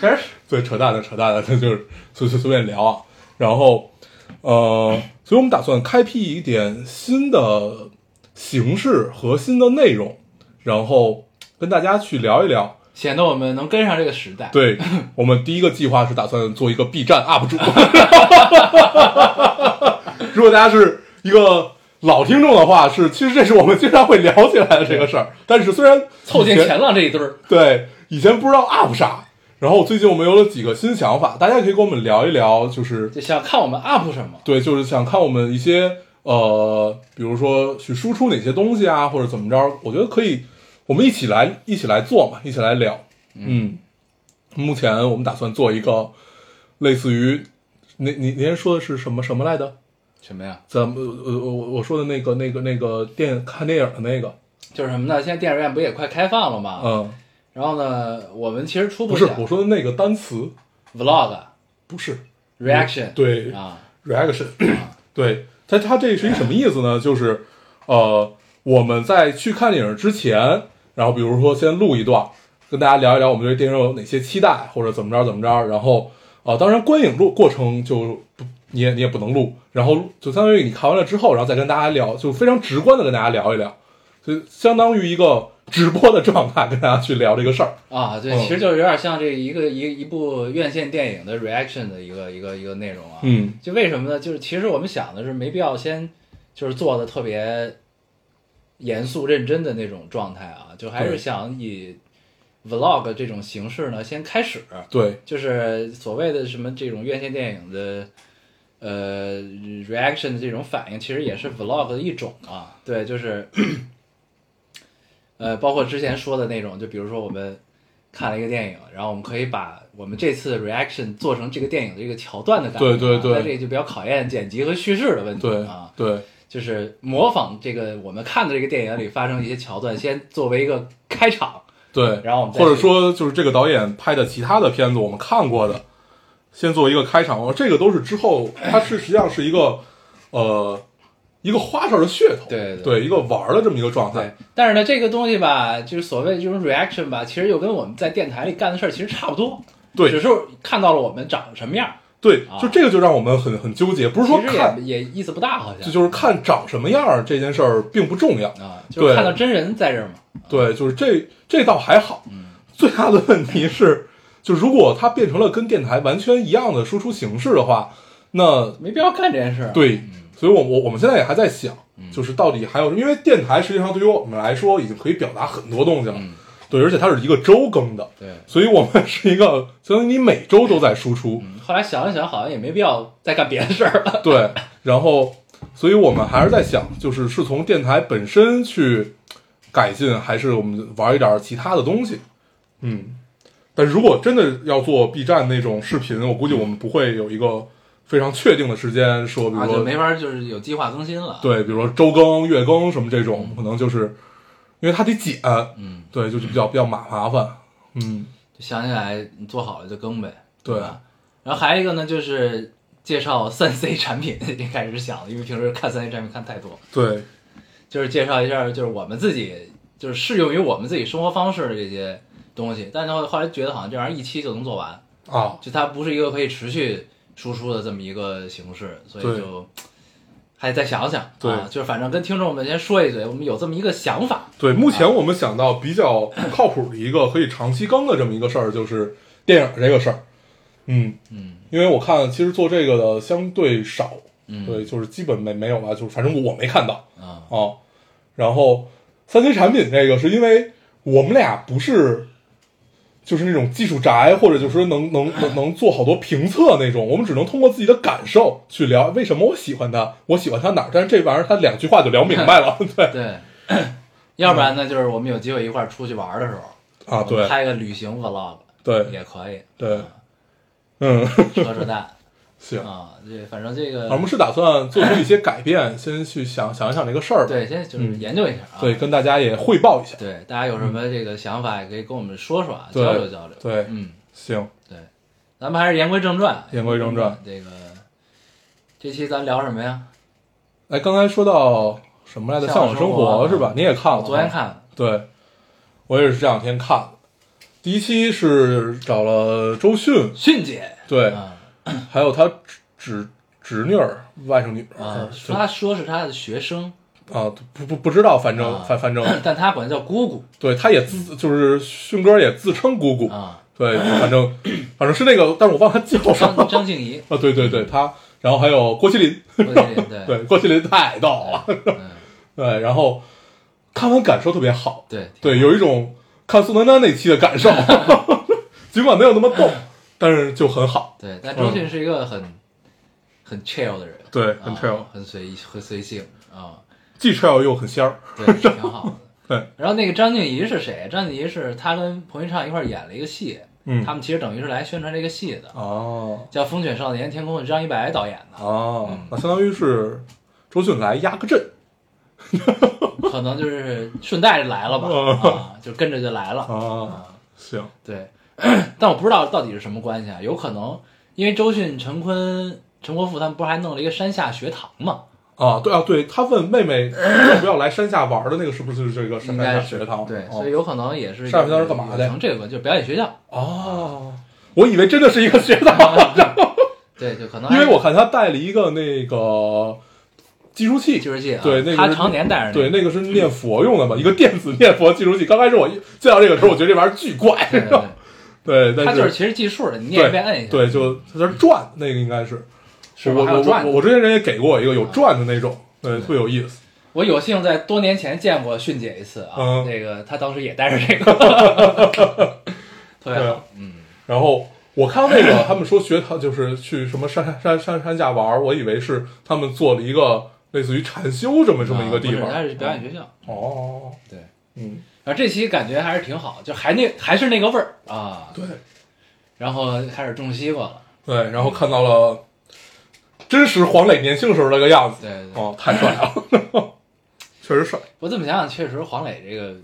S2: 确实是。
S3: 对，扯淡的扯淡的，这就是随随随便聊啊。然后，呃，所以我们打算开辟一点新的形式和新的内容，然后跟大家去聊一聊。
S2: 显得我们能跟上这个时 代。，
S3: 对我们第一个计划是打算做一个 B 站 UP 主。如果大家是一个老听众的话，是其实这是我们经常会聊起来的这个 事儿。但是虽然
S2: 凑近
S3: 以前
S2: 前浪这一堆儿。
S3: 对，以前不知道 UP 啥，然后最近我们有了几个新想法，大家也可以跟我们聊一聊，就是
S2: 就想看我们 UP 什么。
S3: 对，就是想看我们一些呃，比如说去输出哪些东西啊，或者怎么着，我觉得可以，我们一起来一起来做嘛，一起来聊。嗯，目前我们打算做一个类似于您您您说的是什么什么来着？
S2: 什么呀？
S3: 咱们呃呃我我说的那个那个那个电看电影的那个，
S2: 就是什么呢？现在电影院不也快开放了吗？
S3: 嗯，
S2: 然后呢，我们其实初步
S3: 不是
S2: 想
S3: 我说的那个单词，
S2: vlog
S3: 不是
S2: reaction
S3: 对
S2: 啊，
S3: reaction，对它它这是一什么意思呢？就是呃，我们在去看电影之前，然后比如说先录一段，跟大家聊一聊我们对电影有哪些期待，或者怎么着怎么着，然后啊、呃当然观影录过程就不你也你也不能录，然后就相当于你看完了之后，然后再跟大家聊，就非常直观的跟大家聊一聊，就相当于一个直播的状态跟大家去聊这个事儿。
S2: 啊，对，
S3: 嗯
S2: 其实就是有点像这一个一一部院线电影的 reaction 的一个一个一个内容啊。
S3: 嗯，
S2: 就为什么呢？就是其实我们想的是没必要先就是做的特别严肃认真的那种状态啊，就还是
S3: 对
S2: 想以 vlog 这种形式呢先开始，
S3: 对，
S2: 就是所谓的什么这种院线电影的。呃，reaction 的这种反应其实也是 vlog 的一种啊，对，就是，呃，包括之前说的那种，就比如说我们看了一个电影，然后我们可以把我们这次的 reaction 做成这个电影的这个桥段的感觉啊、
S3: 对对对
S2: 那这就比较考验剪辑和叙事的问题
S3: 对
S2: 啊，，
S3: 对，
S2: 就是模仿这个我们看的这个电影里发生的一些桥段，先作为一个开场，
S3: 对，
S2: 然后我们再
S3: 或者
S2: 去
S3: 说就是这个导演拍的其他的片子我们看过的， 先做一个开场，这个都是之后它是实际上是一个呃一个花哨的噱头，
S2: 对对
S3: 对一个玩儿的这么一个状态
S2: 对，，但是呢，这个东西吧，就是所谓这种 reaction 吧，其实又跟我们在电台里干的事儿其实差不多，
S3: 对
S2: 只是看到了我们长什么样儿，
S3: 对
S2: 啊
S3: 就这个就让我们很很纠结，不是说
S2: 其实
S3: 看，
S2: 也也意思不大，好像
S3: 就就是看长什么样儿这件事儿并不重要，
S2: 啊，就是
S3: 对
S2: 看到真人在这儿嘛，
S3: 对，就是这这倒还好，
S2: 嗯
S3: 最大的问题是，就如果它变成了跟电台完全一样的输出形式的话，那
S2: 没必要干这件事儿。
S3: 对，所以我我我们现在也还在想，
S2: 嗯
S3: 就是到底还有，因为电台实际上对于我们来说已经可以表达很多东西了，
S2: 嗯
S3: 对，而且它是一个周更的，
S2: 对，
S3: 所以我们 是一个相当于你每周都在输出，
S2: 嗯后来想了想，好像也没必要再干别的事儿 了。
S3: 对，然后，所以我们还是在想，就是是从电台本身去改进，还是我们玩一点其他的东西，嗯，但如果真的要做 B 站那种视频，我估计我们不会有一个非常确定的时间说，比如
S2: 啊，
S3: 说
S2: 就没法儿就是有计划更新了。，
S3: 对，比如说周更、月更什么这种，可能就是因为它得剪，
S2: 嗯，
S3: 对，就是比较比较麻麻烦。嗯，
S2: 就想起来你做好了就更呗，
S3: 对
S2: 吧？然后还有一个呢，就是介绍三 C 产品， 已经开始想了，因为平时看三 C 产品看太多，
S3: 对，
S2: 就是介绍一下，就是我们自己就是适用于我们自己生活方式的这些东西。但是后后来觉得好像这玩意儿一期就能做完，
S3: 啊，
S2: 就它不是一个可以持续输出的这么一个形式，所以
S3: 对
S2: 就还再想想。
S3: 对
S2: 啊，就是反正跟听众们先说一嘴，我们有这么一个想法。
S3: 对，目前我们想到比较靠谱的一个可以长期更的这么一个事儿，就是电影这个事儿。嗯
S2: 嗯，
S3: 因为我看其实做这个的相对少，
S2: 嗯
S3: 对，就是基本没没有吧，就是反正我没看到
S2: 啊，
S3: 啊。然后三 C 产品这个是因为我们俩不是。就是那种技术宅，或者就是说能能能能做好多评测那种，我们只能通过自己的感受去聊为什么我喜欢它，我喜欢它哪儿。但是这玩意儿它两句话就聊明白了， 对
S2: 对，要不然呢，就是我们有机会一块儿出去玩儿的时候
S3: 啊，
S2: 我们
S3: 对
S2: 拍个旅行 vlog
S3: 对，
S2: 也可以，
S3: 对
S2: 啊，
S3: 嗯，
S2: 扯扯淡
S3: 行，
S2: 啊，这反正这个
S3: 我们是打算做出一些改变，先去想想一想这个事儿吧。
S2: 对，先就是
S3: 嗯
S2: 研究一下啊，
S3: 对，跟大家也汇报一下。
S2: 对，大家有什么这个想法也可以跟我们说说啊，
S3: 对
S2: 交流交流，
S3: 对
S2: 嗯，
S3: 行，
S2: 对，咱们还是言归正传，
S3: 言归正传
S2: 嗯，这个这期咱聊什么呀？
S3: 哎，刚才说到什么来着？
S2: 向
S3: 向
S2: 往
S3: 往生
S2: 生活
S3: 活是吧
S2: 嗯？
S3: 你也看了？
S2: 我昨天。看了，
S3: 对，我也是这两天看的。第一期是找了周迅，
S2: 迅姐，
S3: 对，
S2: 啊
S3: 还有她侄侄侄女儿、外甥女儿
S2: 啊，
S3: 是
S2: 说他说是他的学生，
S3: 啊，不不不知道，反正
S2: 啊
S3: 反反正，
S2: 但他管他叫姑姑
S3: 对，她也自就是迅哥也自称姑姑，
S2: 啊，
S3: 对，反正反正是那个，但是我忘了她叫什么
S2: 张张静怡，
S3: 啊，对对对，他，然后还有郭麒麟，
S2: 我这对
S3: 对，郭麒麟太逗了，
S2: 哎嗯
S3: 对，然后看完感受特别好，
S2: 对
S3: 对，有一种看宋丹丹那期的 感受，尽管没有那么逗，但是就很好，
S2: 对，但周迅是一个很、很 chill 的人，
S3: 对，
S2: 啊
S3: 很 trail，
S2: 很随意，很随性 啊，
S3: 既 trail 又很仙儿，
S2: 对，挺好的。
S3: 对，
S2: 然后那个张静怡是谁？张静怡是她跟彭昱畅一块儿演了一个戏，
S3: 嗯
S2: 他，们其实等于是来宣传这个戏的，
S3: 哦
S2: 叫《风犬少年天空》，是张一白导演的，
S3: 哦，
S2: 嗯
S3: 那相当于是周迅来压个阵
S2: 可能就是顺带着来 了吧，
S3: 哦
S2: 啊，就跟着就来了。
S3: 啊，行，
S2: 对， 但我不知道到底是什么关系啊，有可能因为周迅、陈坤、陈国富他们不是还弄了一个山下学堂嘛？
S3: 啊，对啊，对他问妹妹要不要来山下玩的那个，是不是就是这个山
S2: 应该
S3: 下
S2: 是
S3: 学堂？
S2: 对，
S3: 哦
S2: 所以有可能也是
S3: 上学堂是干嘛的
S2: 有成这个关系就是表演学校，
S3: 哦，我以为真的是一 个学堂，
S2: 对，就可能
S3: 因为
S2: 还
S3: 我看他带了一个那个计数器，
S2: 计数器啊，
S3: 对那个
S2: 他
S3: 是
S2: 常年带着
S3: 对，
S2: 那个
S3: 那个是念佛用的嘛，一个电子念佛计数器。刚开始我一见到这个时候，我觉得这玩意儿巨怪，
S2: 对对对，
S3: 对，但
S2: 他就是
S3: 是
S2: 其实计数的，你念一遍摁一下，
S3: 对，就它在转，那个应该是，
S2: 是吧
S3: 我
S2: 还有
S3: 我
S2: 转
S3: 我
S2: 的啊
S3: 我之前人也给过我一个有转的那种，对，特别有意思。
S2: 我有幸在多年前见过迅姐一次啊，
S3: 嗯
S2: 那个她当时也带着这个， 特别
S3: 啊
S2: 好，嗯，
S3: 然后我看到那个他们说学堂就是去什么山山山山下玩儿，我以为是他们做了一个类似于禅修这么这么一个地
S2: 啊不
S3: 方
S2: 是她是表演学校，
S3: 哦，
S2: 对。
S3: 嗯，
S2: 然后这期感觉还是挺好，就还那还是那个味儿啊，
S3: 对。
S2: 然后开始种西瓜了，
S3: 对，然后看到了真实黄磊年轻时候那个样子，
S2: 对对对。
S3: 哦，太帅了， 确实帅。
S2: 我这么想想，确实黄磊这个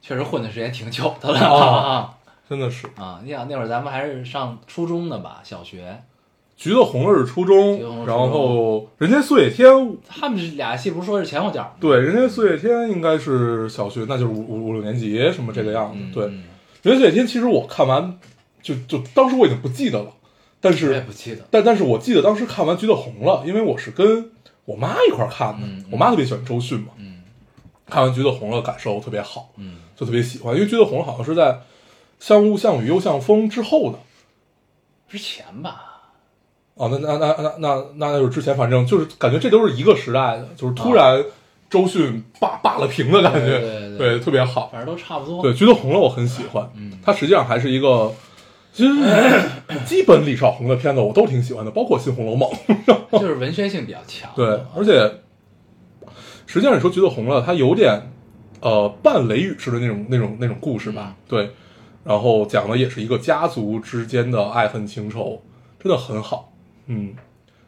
S2: 确实混的时间挺久的了
S3: 哦
S2: 啊
S3: 真的是
S2: 啊！你想那会儿咱们还是上初中的吧，小学
S3: 橘子红了是初中
S2: 橘子红，是初
S3: 然
S2: 中
S3: 后人间四月天，
S2: 他们这俩戏不是说是前后脚吗？
S3: 对，人间四月天应该是小学，那就是五五五六年级什么这个样子。
S2: 嗯
S3: 对，
S2: 嗯
S3: 人间四月天其实我看完就就当时我已经不记得了，但
S2: 我也
S3: 是
S2: 不记得。
S3: 但但是我记得当时看完橘子红了，因为我是跟我妈一块儿看的，
S2: 嗯嗯
S3: 我妈特别喜欢周迅嘛，
S2: 嗯
S3: 看完橘子红了感受特别好，
S2: 嗯
S3: 就特别喜欢，因为橘子红好像是在《像雾像雨又像风》之后的。
S2: 之前吧，
S3: 哦，那那那那那那那就是之前，反正就是感觉这都是一个时代的，就是突然周迅霸霸了屏的感
S2: 对
S3: 觉，
S2: 对对
S3: 特别好。
S2: 反正都差不多。
S3: 对，橘子红了我很喜欢，
S2: 嗯
S3: 它实际上还是一个， 其实基本李少红的片子我都挺喜欢的，包括《新红楼梦》。
S2: 就是文学性比较强。
S3: 对，而且实际上你说橘子红了，它有点呃半雷雨式的那种那种那种故事吧，对。然后讲的也是一个家族之间的爱恨情仇，真的很好。嗯，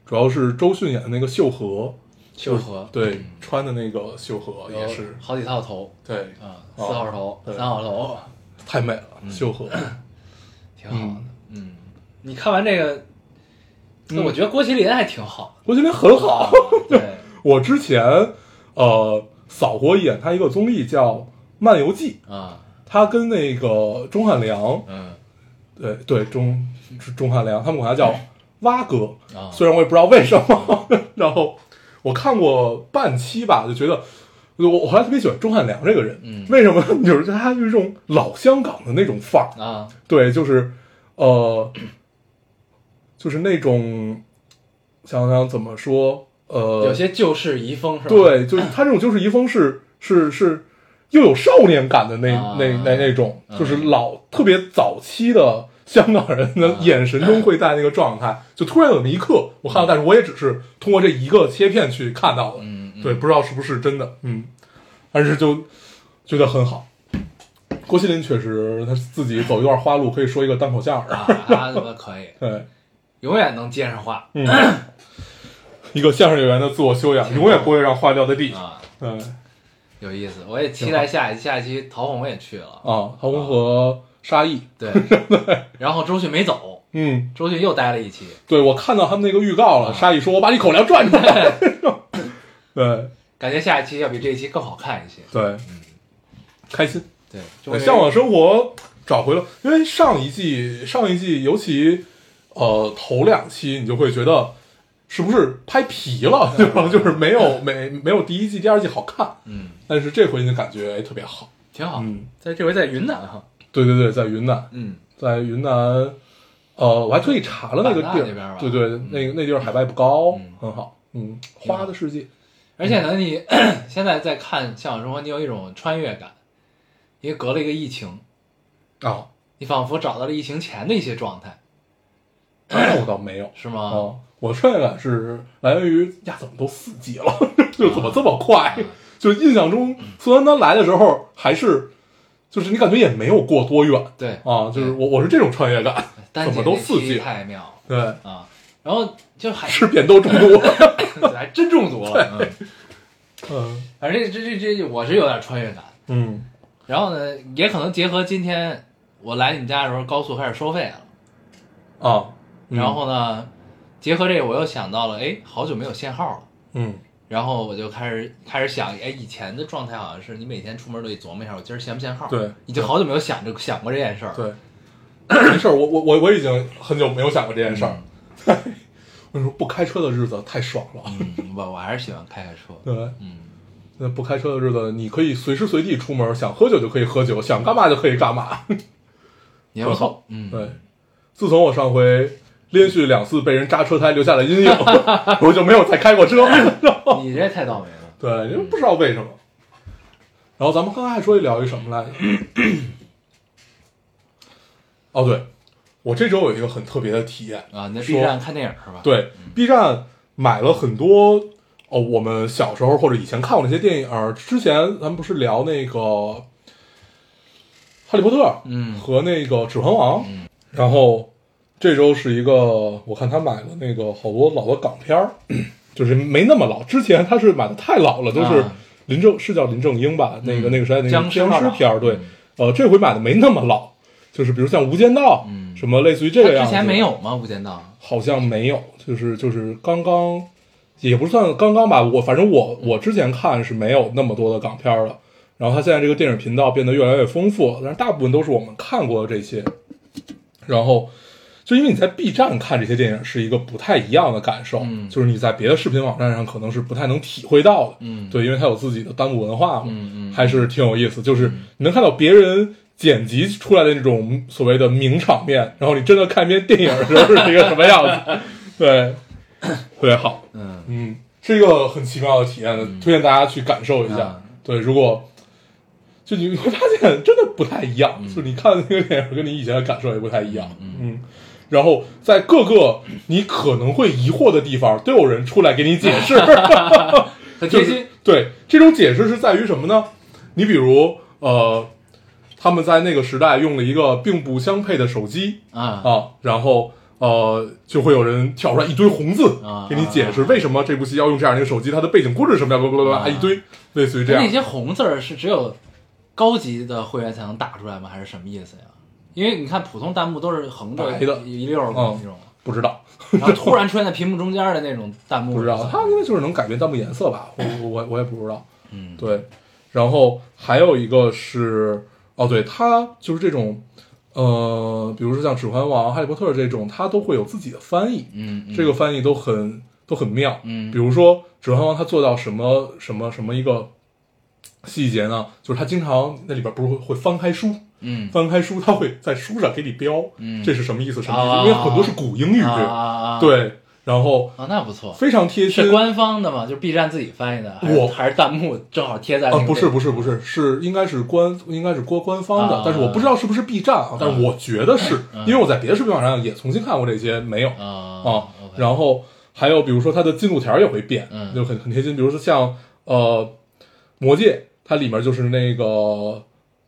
S3: 主要是周迅演的那个秀禾，
S2: 秀禾
S3: 对，穿的那个秀禾哦也
S2: 有
S3: 是，
S2: 好几套头
S3: 对，
S2: 啊，四
S3: 哦
S2: 号头、
S3: 对
S2: 三号头，
S3: 太美了，秀禾。
S2: 挺好的
S3: 嗯。
S2: 嗯，你看完这个，那
S3: 嗯
S2: 我觉得郭麒麟还挺好。
S3: 郭麒麟很 好，
S2: 哦对，
S3: 我之前呃扫过一眼他一个综艺叫《漫游记》，
S2: 啊，
S3: 他跟那个钟汉良
S2: 嗯，
S3: 对呃对，钟钟汉良，他们管他叫蛙哥
S2: 啊，
S3: 虽然我也不知道为什么。 然后我看过半期吧，就觉得我我还特别喜欢钟汉良这个人，
S2: 嗯
S3: 为什么？ 就是他有一种老香港的那种范儿，
S2: 啊，
S3: 对，就是呃，就是那种想想怎么说，呃，
S2: 有些旧事遗风是吧？，
S3: 对，就是他这种就是遗风是是是又有少年感的那、
S2: 啊
S3: 那那那种，
S2: 嗯
S3: 就是老特别早期的香港人
S2: 嗯
S3: 的眼神中会带那个状态，就突然有那么一刻我看到，但是我也只是通过这一个切片去看到的，
S2: 嗯，嗯
S3: 对，，不知道是不是真的，嗯，但是就觉得很好。郭麒麟确实他自己走一段花路，可以说一个单口相声，
S2: 啊，他他妈可以，
S3: 对，
S2: 永远能接上话
S3: 嗯，一个相声演员的自我修养，永远不会让花掉在地，
S2: 啊，
S3: 嗯。
S2: 有意思。我也期待下一下一期陶虹也去了，
S3: 啊，陶虹和沙溢，
S2: 对， 然后周迅没走，
S3: 嗯，
S2: 周迅又待了一期，
S3: 对我看到他们那个预告了，沙溢说：“我把你口粮赚出来。” 对
S2: 感觉下一期要比这一期更好看一些。
S3: 对，嗯开心，
S2: 对，终
S3: 对
S2: 于
S3: 向往生活找回了，因为上一季上一季尤其呃头两期，你就会觉得是不是拍皮了，对吧？ 就是没有没没有第一季、第二季好看，
S2: 嗯，
S3: 但是这回你就感觉哎特别好，
S2: 挺好。
S3: 嗯，
S2: 在这回在云南哈，
S3: 对对对，在云南，
S2: 嗯，
S3: 在云南，呃，我还特意查了那个地
S2: 版纳那边
S3: 儿
S2: 吧，
S3: 对对，那个那地儿海拔不高，
S2: 嗯
S3: 很好，嗯，花的世界，
S2: 而
S3: 嗯
S2: 且呢，你 现在在看《向往生活》，你有一种穿越感，因为隔了一个疫情，嗯
S3: 啊，
S2: 你仿佛找到了疫情前的一些状态，
S3: 那我倒没有
S2: 是吗？
S3: 啊，我穿越感是来源于呀，怎么都四季了， 就怎么这么快？
S2: 啊
S3: 就印象中宋丹丹来的时候还是，就是你感觉也没有过多远
S2: 对，
S3: 啊，就是
S2: 嗯
S3: 我我是这种穿越感，
S2: 丹
S3: 怎
S2: 姐
S3: 么都
S2: 那
S3: 四
S2: 期
S3: 季，
S2: 太妙了
S3: 对，
S2: 啊！然后就还
S3: 吃扁豆中毒，
S2: 还真中毒了，嗯，
S3: 嗯
S2: 反正这这这这我是有点穿越感。
S3: 嗯
S2: 然后呢，也可能结合今天我来你们家的时候，高速开始收费了，
S3: 啊，嗯
S2: 然后呢，结合这个我又想到了，哎，好久没有限号了。
S3: 嗯
S2: 然后我就开始开始想，哎，以前的状态好像是你每天出门都得琢磨一下，我今儿限不限号？
S3: 对
S2: 已经好久没有想这想过这件事儿。，
S3: 对， 没事儿，我我我我已经很久没有想过这件事
S2: 嗯
S3: 儿。我跟你说，不开车的日子太爽了。啊
S2: 嗯，我我还是喜欢开开车。
S3: 对，
S2: 嗯，
S3: 那不开车的日子，你可以随时随地出门，想喝酒就可以喝酒，想干嘛就可以干嘛。
S2: 也不
S3: 很好
S2: 错。嗯，
S3: 对，自从我上回连续两次被人扎车胎留下了阴影， 我就没有再开过车。
S2: 你这太倒霉了。
S3: 对，就不知道为什么。然后咱们刚才还说聊一什么来着？ 哦，对，我这周有一个很特别的体验
S2: 啊，你在 B
S3: 说
S2: 站看电影是吧？，
S3: 对，B 站买了很多哦，我们小时候或者以前看过那些电影儿。之前咱们不是聊那个《哈利波特》
S2: 嗯
S3: 和那个《指环王》然后这周是一个，我看他买了那个好多老的港片儿， 就是没那么老。之前他是买的太老了，都是
S2: 啊嗯
S3: 林正、是叫林正英吧？那个、那个时代那个
S2: 僵尸
S3: 僵
S2: 片儿
S3: 尸
S2: 吧嗯
S3: 片儿，对，呃，这回买的没那么老。就是比如像《无间道》，
S2: 嗯
S3: 什么类似于这
S2: 他
S3: 个样
S2: 之
S3: 子。
S2: 前没有吗？《无间道
S3: 好像没有，就是就是刚刚，也不算刚刚吧。我反正我我之前看是没有那么多的港片了。然后它现在这个电影频道变得越来越丰富，但是大部分都是我们看过的这些。然后就因为你在 B 站看这些电影是一个不太一样的感受，
S2: 嗯
S3: 就是你在别的视频网站上可能是不太能体会到的。
S2: 嗯
S3: 对，因为它有自己的单独文化嘛，
S2: 嗯嗯嗯
S3: 还是挺有意思。就是你能看到别人剪辑出来的那种所谓的名场面，然后你真的看一遍电影的时候是一个什么样子， 对，特别好，》，
S2: 嗯，
S3: 嗯，是一个很奇妙的体验的，推荐大家去感受一下。
S2: 啊
S3: 对，如果就你会发现真的不太一样，
S2: 嗯
S3: 就你看那个电影跟你以前的感受也不太一样，嗯。然后在各个你可能会疑惑的地方，都有人出来给你解 释，
S2: 很
S3: 就
S2: 贴
S3: 是
S2: 心，
S3: 对这种解释是在于什么呢？你比如呃，他们在那个时代用了一个并不相配的手机
S2: 啊
S3: 啊，然后呃就会有人跳出来一堆红字
S2: 啊
S3: 给你解释为什么这部戏要用这样的一个手机，它的背景故事是什么样，巴拉巴拉巴
S2: 啊
S3: 拉一堆，类似于这样
S2: 那。些红字儿是只有高级的会员才能打出来吗？还是什么意思呀？因为你看普通弹幕都是横着
S3: 白的
S2: 一溜儿
S3: 嗯
S2: 那种，
S3: 不知道，
S2: 然后突然出现在屏幕中间的那种弹幕，
S3: 不知道，它应该就是能改变弹幕颜 色吧？我我我我也不知道。
S2: 嗯
S3: 对，然后还有一个是哦，对，它就是这种，呃，比如说像《指环王》《哈利波特》这种，它都会有自己的翻译，
S2: 嗯，嗯
S3: 这个翻译都很都很妙。
S2: 嗯
S3: 比如说《指环王》，它做到什么什么什么一个细节呢？就是它经常那里边不是会会翻开书，
S2: 嗯
S3: 翻开书，它会在书上给你标，
S2: 嗯
S3: 这是什么意思？什么意思？
S2: 啊
S3: 因为很多是古英语，
S2: 啊啊啊，
S3: 对，然后
S2: 啊，那不错，
S3: 非常贴心。
S2: 是官方的吗？就是 B 站自己翻译的，还是
S3: 我
S2: 还是弹幕正好贴在那
S3: 啊
S2: 个，
S3: 不是不是不是，是应该是官应该是官官方的
S2: 啊，
S3: 但是我不知道是不是 B 站啊，但是我觉得是，因为我在别的视频网站上也重新看过这些，没有
S2: 啊
S3: 啊。
S2: ，OK
S3: 然后还有比如说它的进度条也会变，
S2: 嗯
S3: 就很很贴心。比如说像呃《魔戒》，它里面就是那个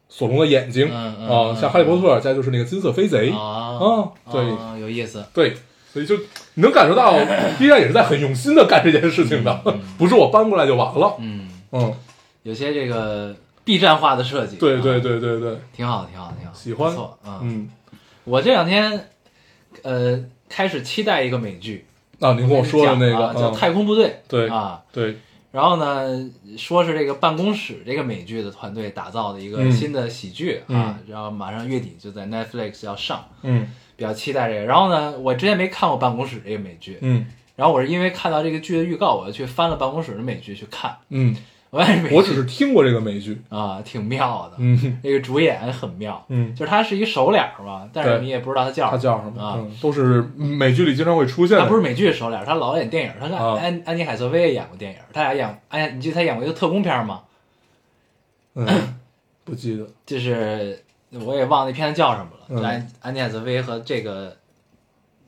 S3: 索隆的眼睛
S2: 嗯嗯
S3: 啊，
S2: 嗯
S3: 像《哈利波特》家就是那个金色飞贼
S2: 啊
S3: 啊对
S2: 啊有意思，
S3: 对，所以就你能感受到 B 站也是在很用心的干这件事情的， 不是我搬过来就完了，
S2: 嗯，
S3: 嗯，
S2: 有些这个 B 站化的设计，
S3: 对对
S2: 啊，
S3: 对对对，
S2: 挺好，挺好，挺好，
S3: 喜欢
S2: 不错啊。
S3: 嗯。
S2: 我这两天呃开始期待一个美剧，
S3: 啊，您跟我说的那个
S2: 啊叫《
S3: 嗯
S2: 太空部队》
S3: 对
S2: 啊。
S3: 对，
S2: 然后呢，说是这个办公室这个美剧的团队打造的一个
S3: 嗯
S2: 新的喜剧、啊
S3: 嗯，
S2: 然后马上月底就在 Netflix 要上，
S3: 嗯
S2: 比较期待这个。然后呢，我之前没看过《办公室》这个美剧，
S3: 嗯
S2: 然后我是因为看到这个剧的预告，我就去翻了《办公室》的美剧去看。
S3: 嗯，
S2: 我也是美
S3: 我
S2: 剧
S3: 只是听过这个美剧，
S2: 啊，挺妙的。
S3: 嗯
S2: 那个主演很妙，
S3: 嗯，
S2: 就是他是一首脸儿嘛，但是
S3: 对
S2: 你也不知道他叫
S3: 它
S2: 么
S3: 叫什么？
S2: 啊。
S3: 嗯，都是美剧里经常会出现的，
S2: 他不是美剧首脸儿，他老演电影儿。他跟
S3: 啊
S2: 安安妮海瑟薇也演过电影儿，他俩演哎，你记得他演过一个特工片儿吗？
S3: 嗯，不记得，
S2: 就是我也忘了那片子叫什么了。
S3: 嗯
S2: 就安安妮海瑟薇和这个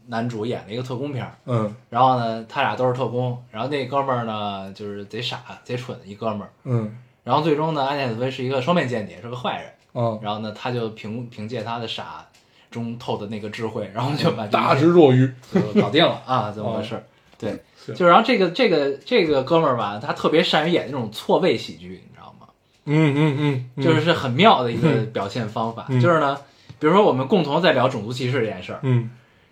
S2: 男主演了一个特工片儿，
S3: 嗯
S2: 然后呢，他俩都是特工，然后那哥们儿呢就是贼傻贼蠢的一哥们儿，
S3: 嗯
S2: 然后最终呢，安妮海瑟薇是一个双面间谍，是个坏人。
S3: 啊，
S2: 然后呢，他就凭凭借他的傻中透的那个智慧，然后就把这
S3: 大
S2: 一
S3: 智若愚，
S2: 切就搞定了啊，怎么回事？对，
S3: 是
S2: 就然后这个这个这个哥们儿吧，他特别善于演那种错位喜剧，你知道吗？
S3: 嗯嗯嗯嗯，
S2: 就是是很妙的一个表现方法。
S3: 嗯
S2: 就是呢，比如说我们共同在聊种族歧视这件事儿，
S3: 嗯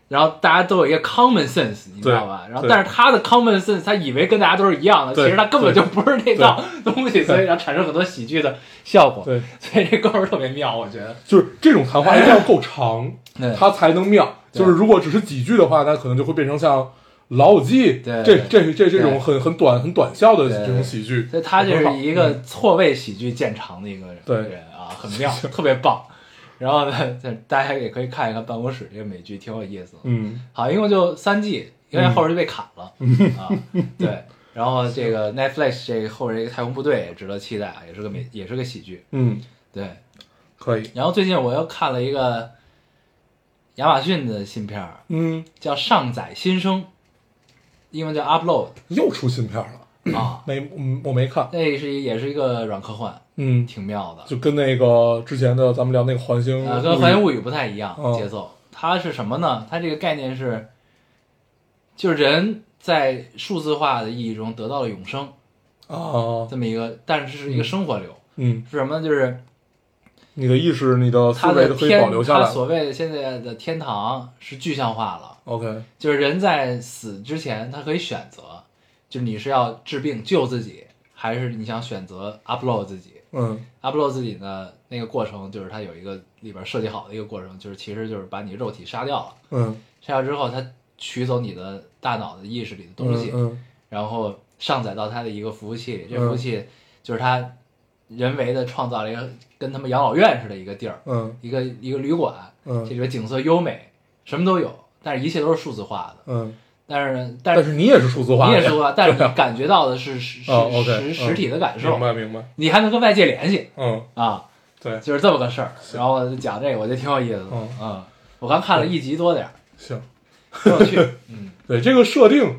S2: 然后大家都有一个 common sense，你知道吧？然后
S3: 对
S2: 但是他的 common sense，他以为跟大家都是一样的，
S3: 对
S2: 其实他根本就不是那套东西，所以然后产生很多喜剧的效 果。
S3: 对，
S2: 所以这哥们儿特别妙，我觉得。
S3: 就是这种谈话一定要够长，
S2: 对
S3: 它才能妙。
S2: 哎对
S3: 就是如果只是几句的话，那可能就会变成像《老友记》
S2: 对
S3: 这这这这
S2: 对
S3: 种很很短很短效的
S2: 对
S3: 这种喜剧，
S2: 所以他就
S3: 很好
S2: 是一个错位喜剧见长的一个人，
S3: 对
S2: 人啊，很 妙，特别棒。然后呢，这大家也可以看一看《办公室》这个美剧，挺有意思的。
S3: 嗯
S2: 好，一共就三季，因为后边就被砍了、啊。对，然后这个 Netflix 这个后边这个《太空部队》也值得期待啊，也是个美，也是个喜剧。
S3: 嗯，
S2: 对，
S3: 可以，
S2: 然后最近我又看了一个亚马逊的新片儿，
S3: 嗯，
S2: 叫《上载新生》，英文叫 Upload
S3: 又出新片了，
S2: 啊，
S3: 没嗯我没看，
S2: 那是一也是一个软科幻，
S3: 嗯，
S2: 挺妙的。
S3: 就跟那个之前的咱们聊那个环星
S2: 啊，跟《环
S3: 物
S2: 形
S3: 语
S2: 物语》不太一样
S3: 嗯
S2: 节奏。它是什么呢？它这个概念是，就是人在数字化的意义中得到了永生，
S3: 啊，
S2: 这么一个，但是是一个生活流。
S3: 嗯
S2: 是什么呢？就是
S3: 你的意识、你的思
S2: 他
S3: 维
S2: 的
S3: 都可以保
S2: 天，
S3: 留下
S2: 他
S3: 来。
S2: 所谓的现在的天堂是具象化了，
S3: OK，
S2: 就是人在死之前，他可以选择，就是你是要治病救自己，还是你想选择 upload 自己
S3: 嗯
S2: ？upload 自己呢，那个过程就是它有一个里边设计好的一个过程，就是其实就是把你肉体杀掉了，
S3: 嗯，
S2: 杀掉之后，它取走你的大脑的意识里的东西，
S3: 嗯嗯
S2: 然后上载到它的一个服务器里，这
S3: 嗯
S2: 服务器就是它人为的创造了一个跟他们养老院似的一个地儿，
S3: 嗯
S2: 一个一个旅馆，
S3: 嗯
S2: 这里边景色优美，什么都有，但是一切都是数字化的。
S3: 嗯，
S2: 但是但
S3: 但
S2: 是
S3: 是你也是数字化
S2: 你
S3: 的呀，
S2: 也说， 但是
S3: 对
S2: 你
S3: 啊
S2: 感觉到的是实实
S3: 哦，OK，
S2: 实
S3: 嗯
S2: 实体的感受
S3: 明，白明白，
S2: 你还能跟外界联系
S3: 嗯，
S2: 啊，
S3: 对，
S2: 就是这么个事儿。然后就讲这个，我觉得挺有意思的，
S3: 嗯
S2: 嗯，我刚看了一集多点儿，
S3: 行，
S2: 挺有趣，嗯，
S3: 对这个设定，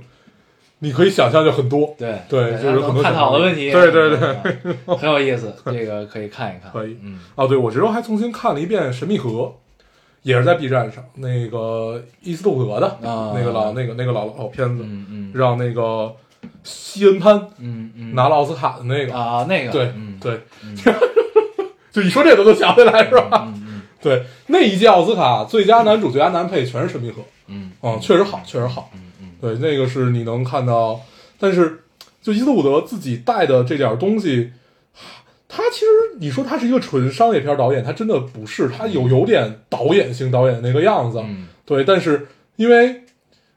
S3: 你可以想象就很多，
S2: 对
S3: 对就是
S2: 然后
S3: 很多
S2: 探讨的问题，
S3: 对对
S2: 对，很有意思，这个可以看一看，
S3: 可以
S2: 嗯，
S3: 哦，对，我这周还重新看了一遍《神秘河》，也是在 B 站上，那个伊斯特伍德的、
S2: 啊
S3: 那个老那个那个老老片子，
S2: 嗯嗯
S3: 让那个西恩潘
S2: 嗯嗯，
S3: 拿了奥斯卡的那个，
S2: 啊那个，
S3: 对、
S2: 嗯
S3: 对， 就一说这个都想起来是吧？
S2: 嗯
S3: 对，那一届奥斯卡最佳男主、最佳男配全是神秘河，
S2: 嗯
S3: 嗯，确实好，确实好，
S2: 嗯嗯
S3: 对，那个是你能看到，但是就伊斯特伍德自己带的这点儿东西，他其实你说他是一个纯商业片导演，他真的不是，他有有点导演型导演那个样子，
S2: 嗯
S3: 对，但是因为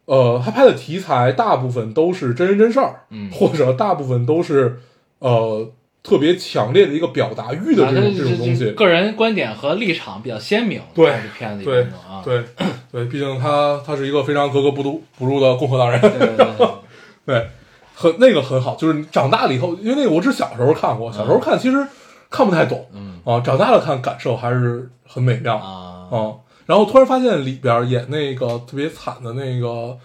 S3: 呃，他拍的题材大部分都是真人真事儿，
S2: 嗯
S3: 或者大部分都是呃特别强烈的一个表达欲的
S2: 反
S3: 这种、
S2: 正
S3: 这种东西，
S2: 个人观点和立场比较鲜明，
S3: 对
S2: 在这片子里
S3: 对
S2: 面的啊，
S3: 对对，毕竟他他是一个非常格格不入不入的共和党人。
S2: 对对对对，
S3: 对，很那个很好，就是长大了以后，因为那个我只小时候看过，小时候看其实看不太懂，
S2: 嗯
S3: 啊，长大了看感受还是很美妙啊
S2: 啊，
S3: 然后突然发现里边演那个特别惨的那个，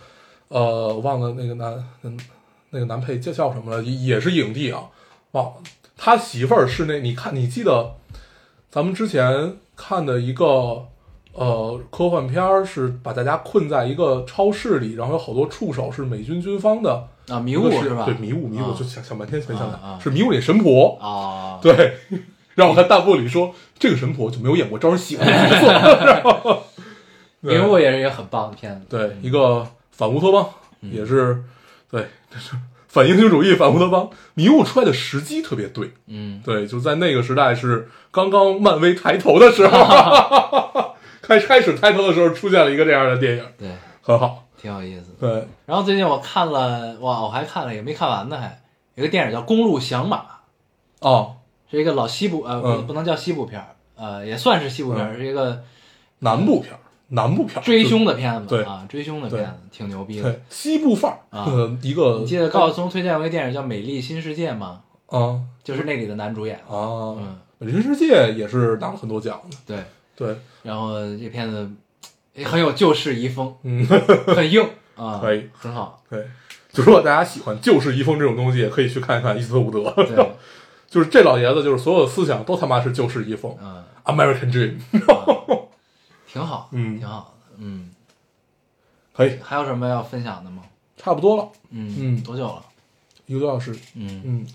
S3: 呃，我忘了那个男嗯那个男配叫叫什么了，也也是影帝啊，忘了他媳妇儿是那你看你记得咱们之前看的一个。呃，科幻片儿是把大家困在一个超市里，然后有好多触手是美军军方的，
S2: 啊，迷
S3: 迷
S2: 雾是吧？
S3: 对，迷雾，迷雾，
S2: 啊
S3: 就想想半天才想起
S2: 啊啊
S3: 来，是迷雾里神婆。
S2: 啊，
S3: 对， 让我看弹幕里说这个神婆就没有演过招人喜欢的角色然后。对
S2: 迷雾也是一个很棒的片子，
S3: 对一个反乌托邦，
S2: 嗯
S3: 也是对， 这是反英雄主义、反乌托邦。迷雾出来的时机特别对，
S2: 嗯
S3: 对，就在那个时代是刚刚漫威抬头的时 候，开开始抬头的时候出现了一个这样的电影，
S2: 对，
S3: 很好。
S2: 挺有意思的。
S3: 对，
S2: 然后最近我看了，哇，我还看了也没看完呢，还有一个电影叫《公路响马》，
S3: 哦，
S2: 是一个老西部，呃，不
S3: 嗯
S2: 不能叫西部片儿，呃，也算是西部片儿，
S3: 嗯
S2: 是一个
S3: 南部片儿，南部片儿
S2: 追凶的片子
S3: 对
S2: 啊，追凶的片子挺牛逼的。
S3: 对西部范儿
S2: 啊
S3: 呃，一个
S2: 你记得高晓松推荐过一个电影叫《美丽新世界》吗？
S3: 啊
S2: 就是那里的男主演，
S3: 啊，
S2: 嗯
S3: 美人世界也是拿了很多奖的，
S2: 对，
S3: 对，
S2: 然后这片子也很有旧式遗风，
S3: 嗯，
S2: 很硬啊，
S3: 可以，
S2: 很 好，
S3: 对。就如果大家喜欢旧式遗风这种东西，也可以去看一看伊斯特伍德。
S2: 对，
S3: 就是这老爷子，就是所有思想都他妈是旧式遗风
S2: 嗯，
S3: ，American Dream。
S2: 挺好，
S3: 嗯
S2: 挺好的，嗯，
S3: 可以，
S2: 还有什么要分享的吗？
S3: 差不多了，
S2: 嗯
S3: 嗯
S2: 多久了？
S3: 一个多小时。
S2: 嗯，
S3: 嗯，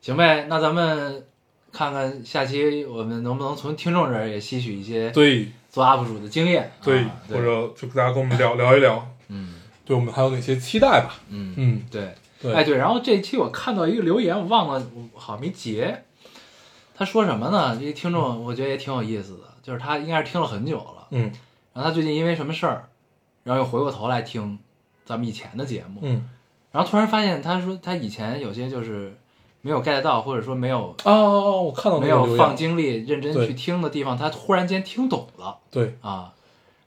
S2: 行呗，那咱们看看下期我们能不能从听众这儿也吸取一些
S3: 对
S2: 做 UP 主的经验，
S3: 对
S2: 啊，
S3: 或者就大家跟我们聊聊一聊，
S2: 嗯
S3: 对我们还有哪些期待吧。
S2: 嗯
S3: 嗯，
S2: 对，
S3: 对
S2: 哎对，然后这一期我看到一个留言，我忘了，我好像没截。他说什么呢？这听众我觉得也挺有意思的，就是他应该是听了很久了，
S3: 嗯
S2: 然后他最近因为什么事儿，然后又回过头来听咱们以前的节目，
S3: 嗯
S2: 然后突然发现他说他以前有些就是没有 get 到，或者说没有
S3: 啊，我看到那
S2: 没
S3: 个留
S2: 有
S3: 言
S2: 放精力认真
S3: 对
S2: 去听的地方，他突然间听懂了
S3: 对，
S2: 啊，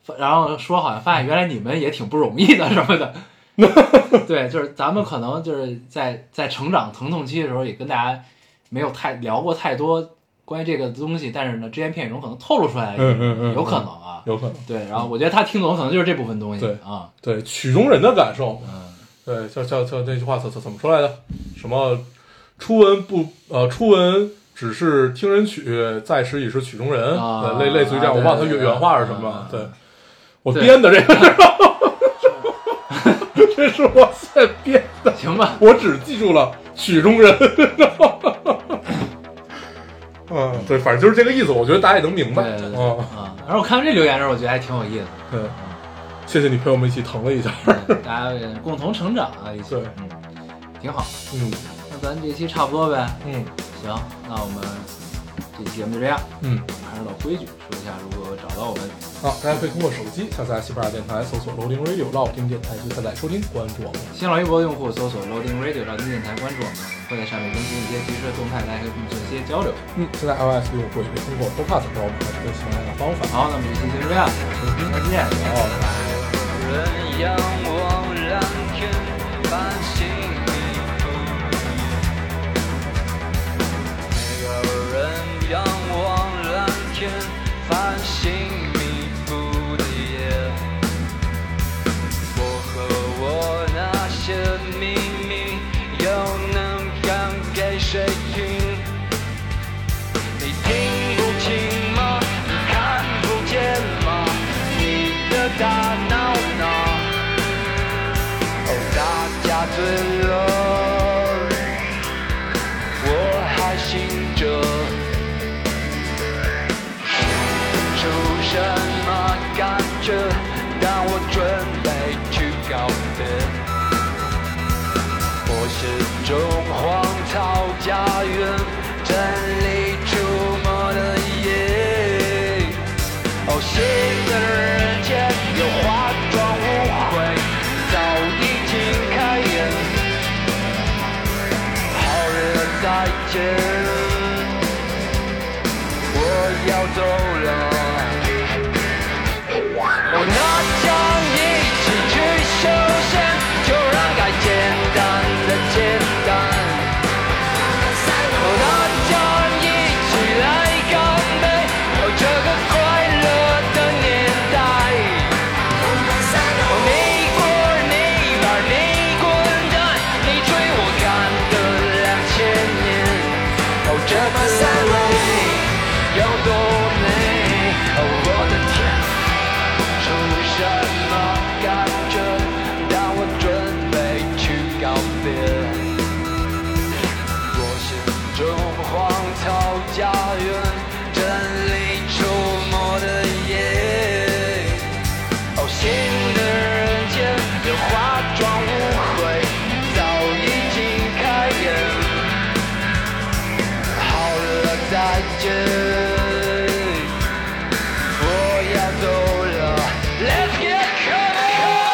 S2: 发然后说好像发现原来你们也挺不容易的什么的。 对，就是咱们可能就是在在成长疼痛期的时候，也跟大家没有太聊过太多关于这个东西，但是呢，只言片语中可能透露出来，
S3: 嗯嗯嗯，
S2: 有可能啊，
S3: 有可能。
S2: 对，然后我觉得他听懂可能就是这部分东西。
S3: 对
S2: 啊，
S3: 对，曲中人的感受，
S2: 嗯，
S3: 对，叫叫叫那句话怎怎怎么说来着？什么初闻不呃，初闻只是听人曲，在时已是曲中人，
S2: 啊
S3: 对类类似于这样，
S2: 对
S3: 我忘了他
S2: 对
S3: 原
S2: 对
S3: 原话是什么
S2: 啊
S3: 了。对
S2: 啊，
S3: 我
S2: 对
S3: 编的这个， 这是我现编的，
S2: 行吧，
S3: 我只记住了曲中人。嗯，对，反正就是这个意思，我觉得大家也能明白。
S2: 对对对
S3: 嗯，
S2: 啊。然后我看完这留言的时候，我觉得还挺有意思
S3: 对，谢谢你陪我们一起疼了一下。
S2: 的，对大家也共同成长啊，一起
S3: 对，
S2: 嗯，挺好。
S3: 嗯
S2: 那咱这期差不多呗，
S3: 嗯
S2: 行，那我们这期节目就这样，
S3: 嗯，
S2: 还是老规矩，说一下如果找到我们，
S3: 好，大家可以通过手机下载喜马拉雅电台，搜索 Loading Radio 老丁电台去下载收听，关注我们。
S2: 新浪微博用户搜索 Loading Radio 到电台关注我们，我们会在上面更新一些即时的动态，大家可以跟我们做一些交流。
S3: 嗯，现在 iOS 用户也可以通过 Podcast 找我们来更新喜马拉雅的方法。
S2: 好，那么这期就这样，再见，
S3: 好
S2: 拜拜。
S4: 人仰望蓝天，繁星迷途。每个人仰望蓝天，繁星迷途的夜。我和我那些秘密，又能讲给谁听？你听不清吗？你看不见吗？你的大脑呢？哦，大家醉了，我还醒着。出什么感觉？当我准备去告别。我是中荒草家园，真理出没的夜。哦，新的人间有化妆舞会，早已经开演。好人再见，我要走了。我那将一起去修仙，就让爱简单的简单。我那将一起来干杯，哦，这个快乐的年代。哦，你滚你玩你滚蛋，你追我赶的两千年，哦，这个美有多美？哦，我的天。出什么感觉？当我准备去告别，我心中荒草家园，真理出没的夜。哦，新的人间有化妆舞会，早已经开演。好了，再见。我要走了，Let's get going。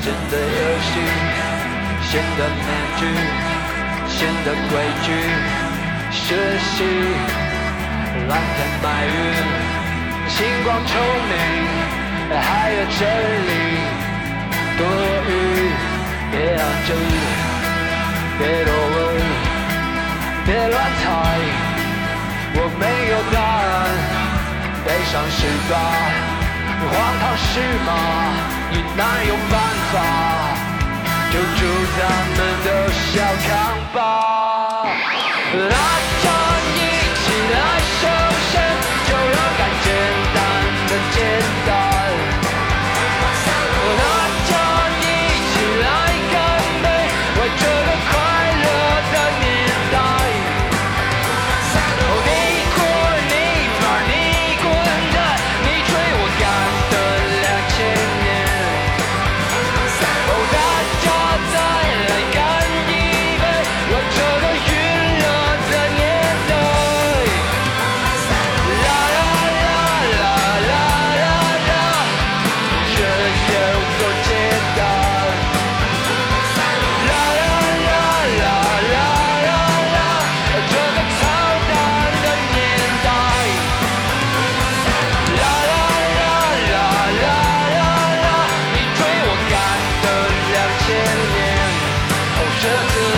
S4: 新的游戏，新的面具，新的规矩，学习蓝天白云，星光透明，还有真理，多余别按真，别多问，别乱猜，我没有答案。悲伤是吧？荒唐是吗？你哪有办法？就祝咱们都小康吧。拉着一起来修身，就让爱简单的简单。拉着一起来干杯，为这个快乐的年代。哦，你滚，你玩，你滚蛋，你追我赶的两千年。哦，大家再来干一杯，这个。Oh,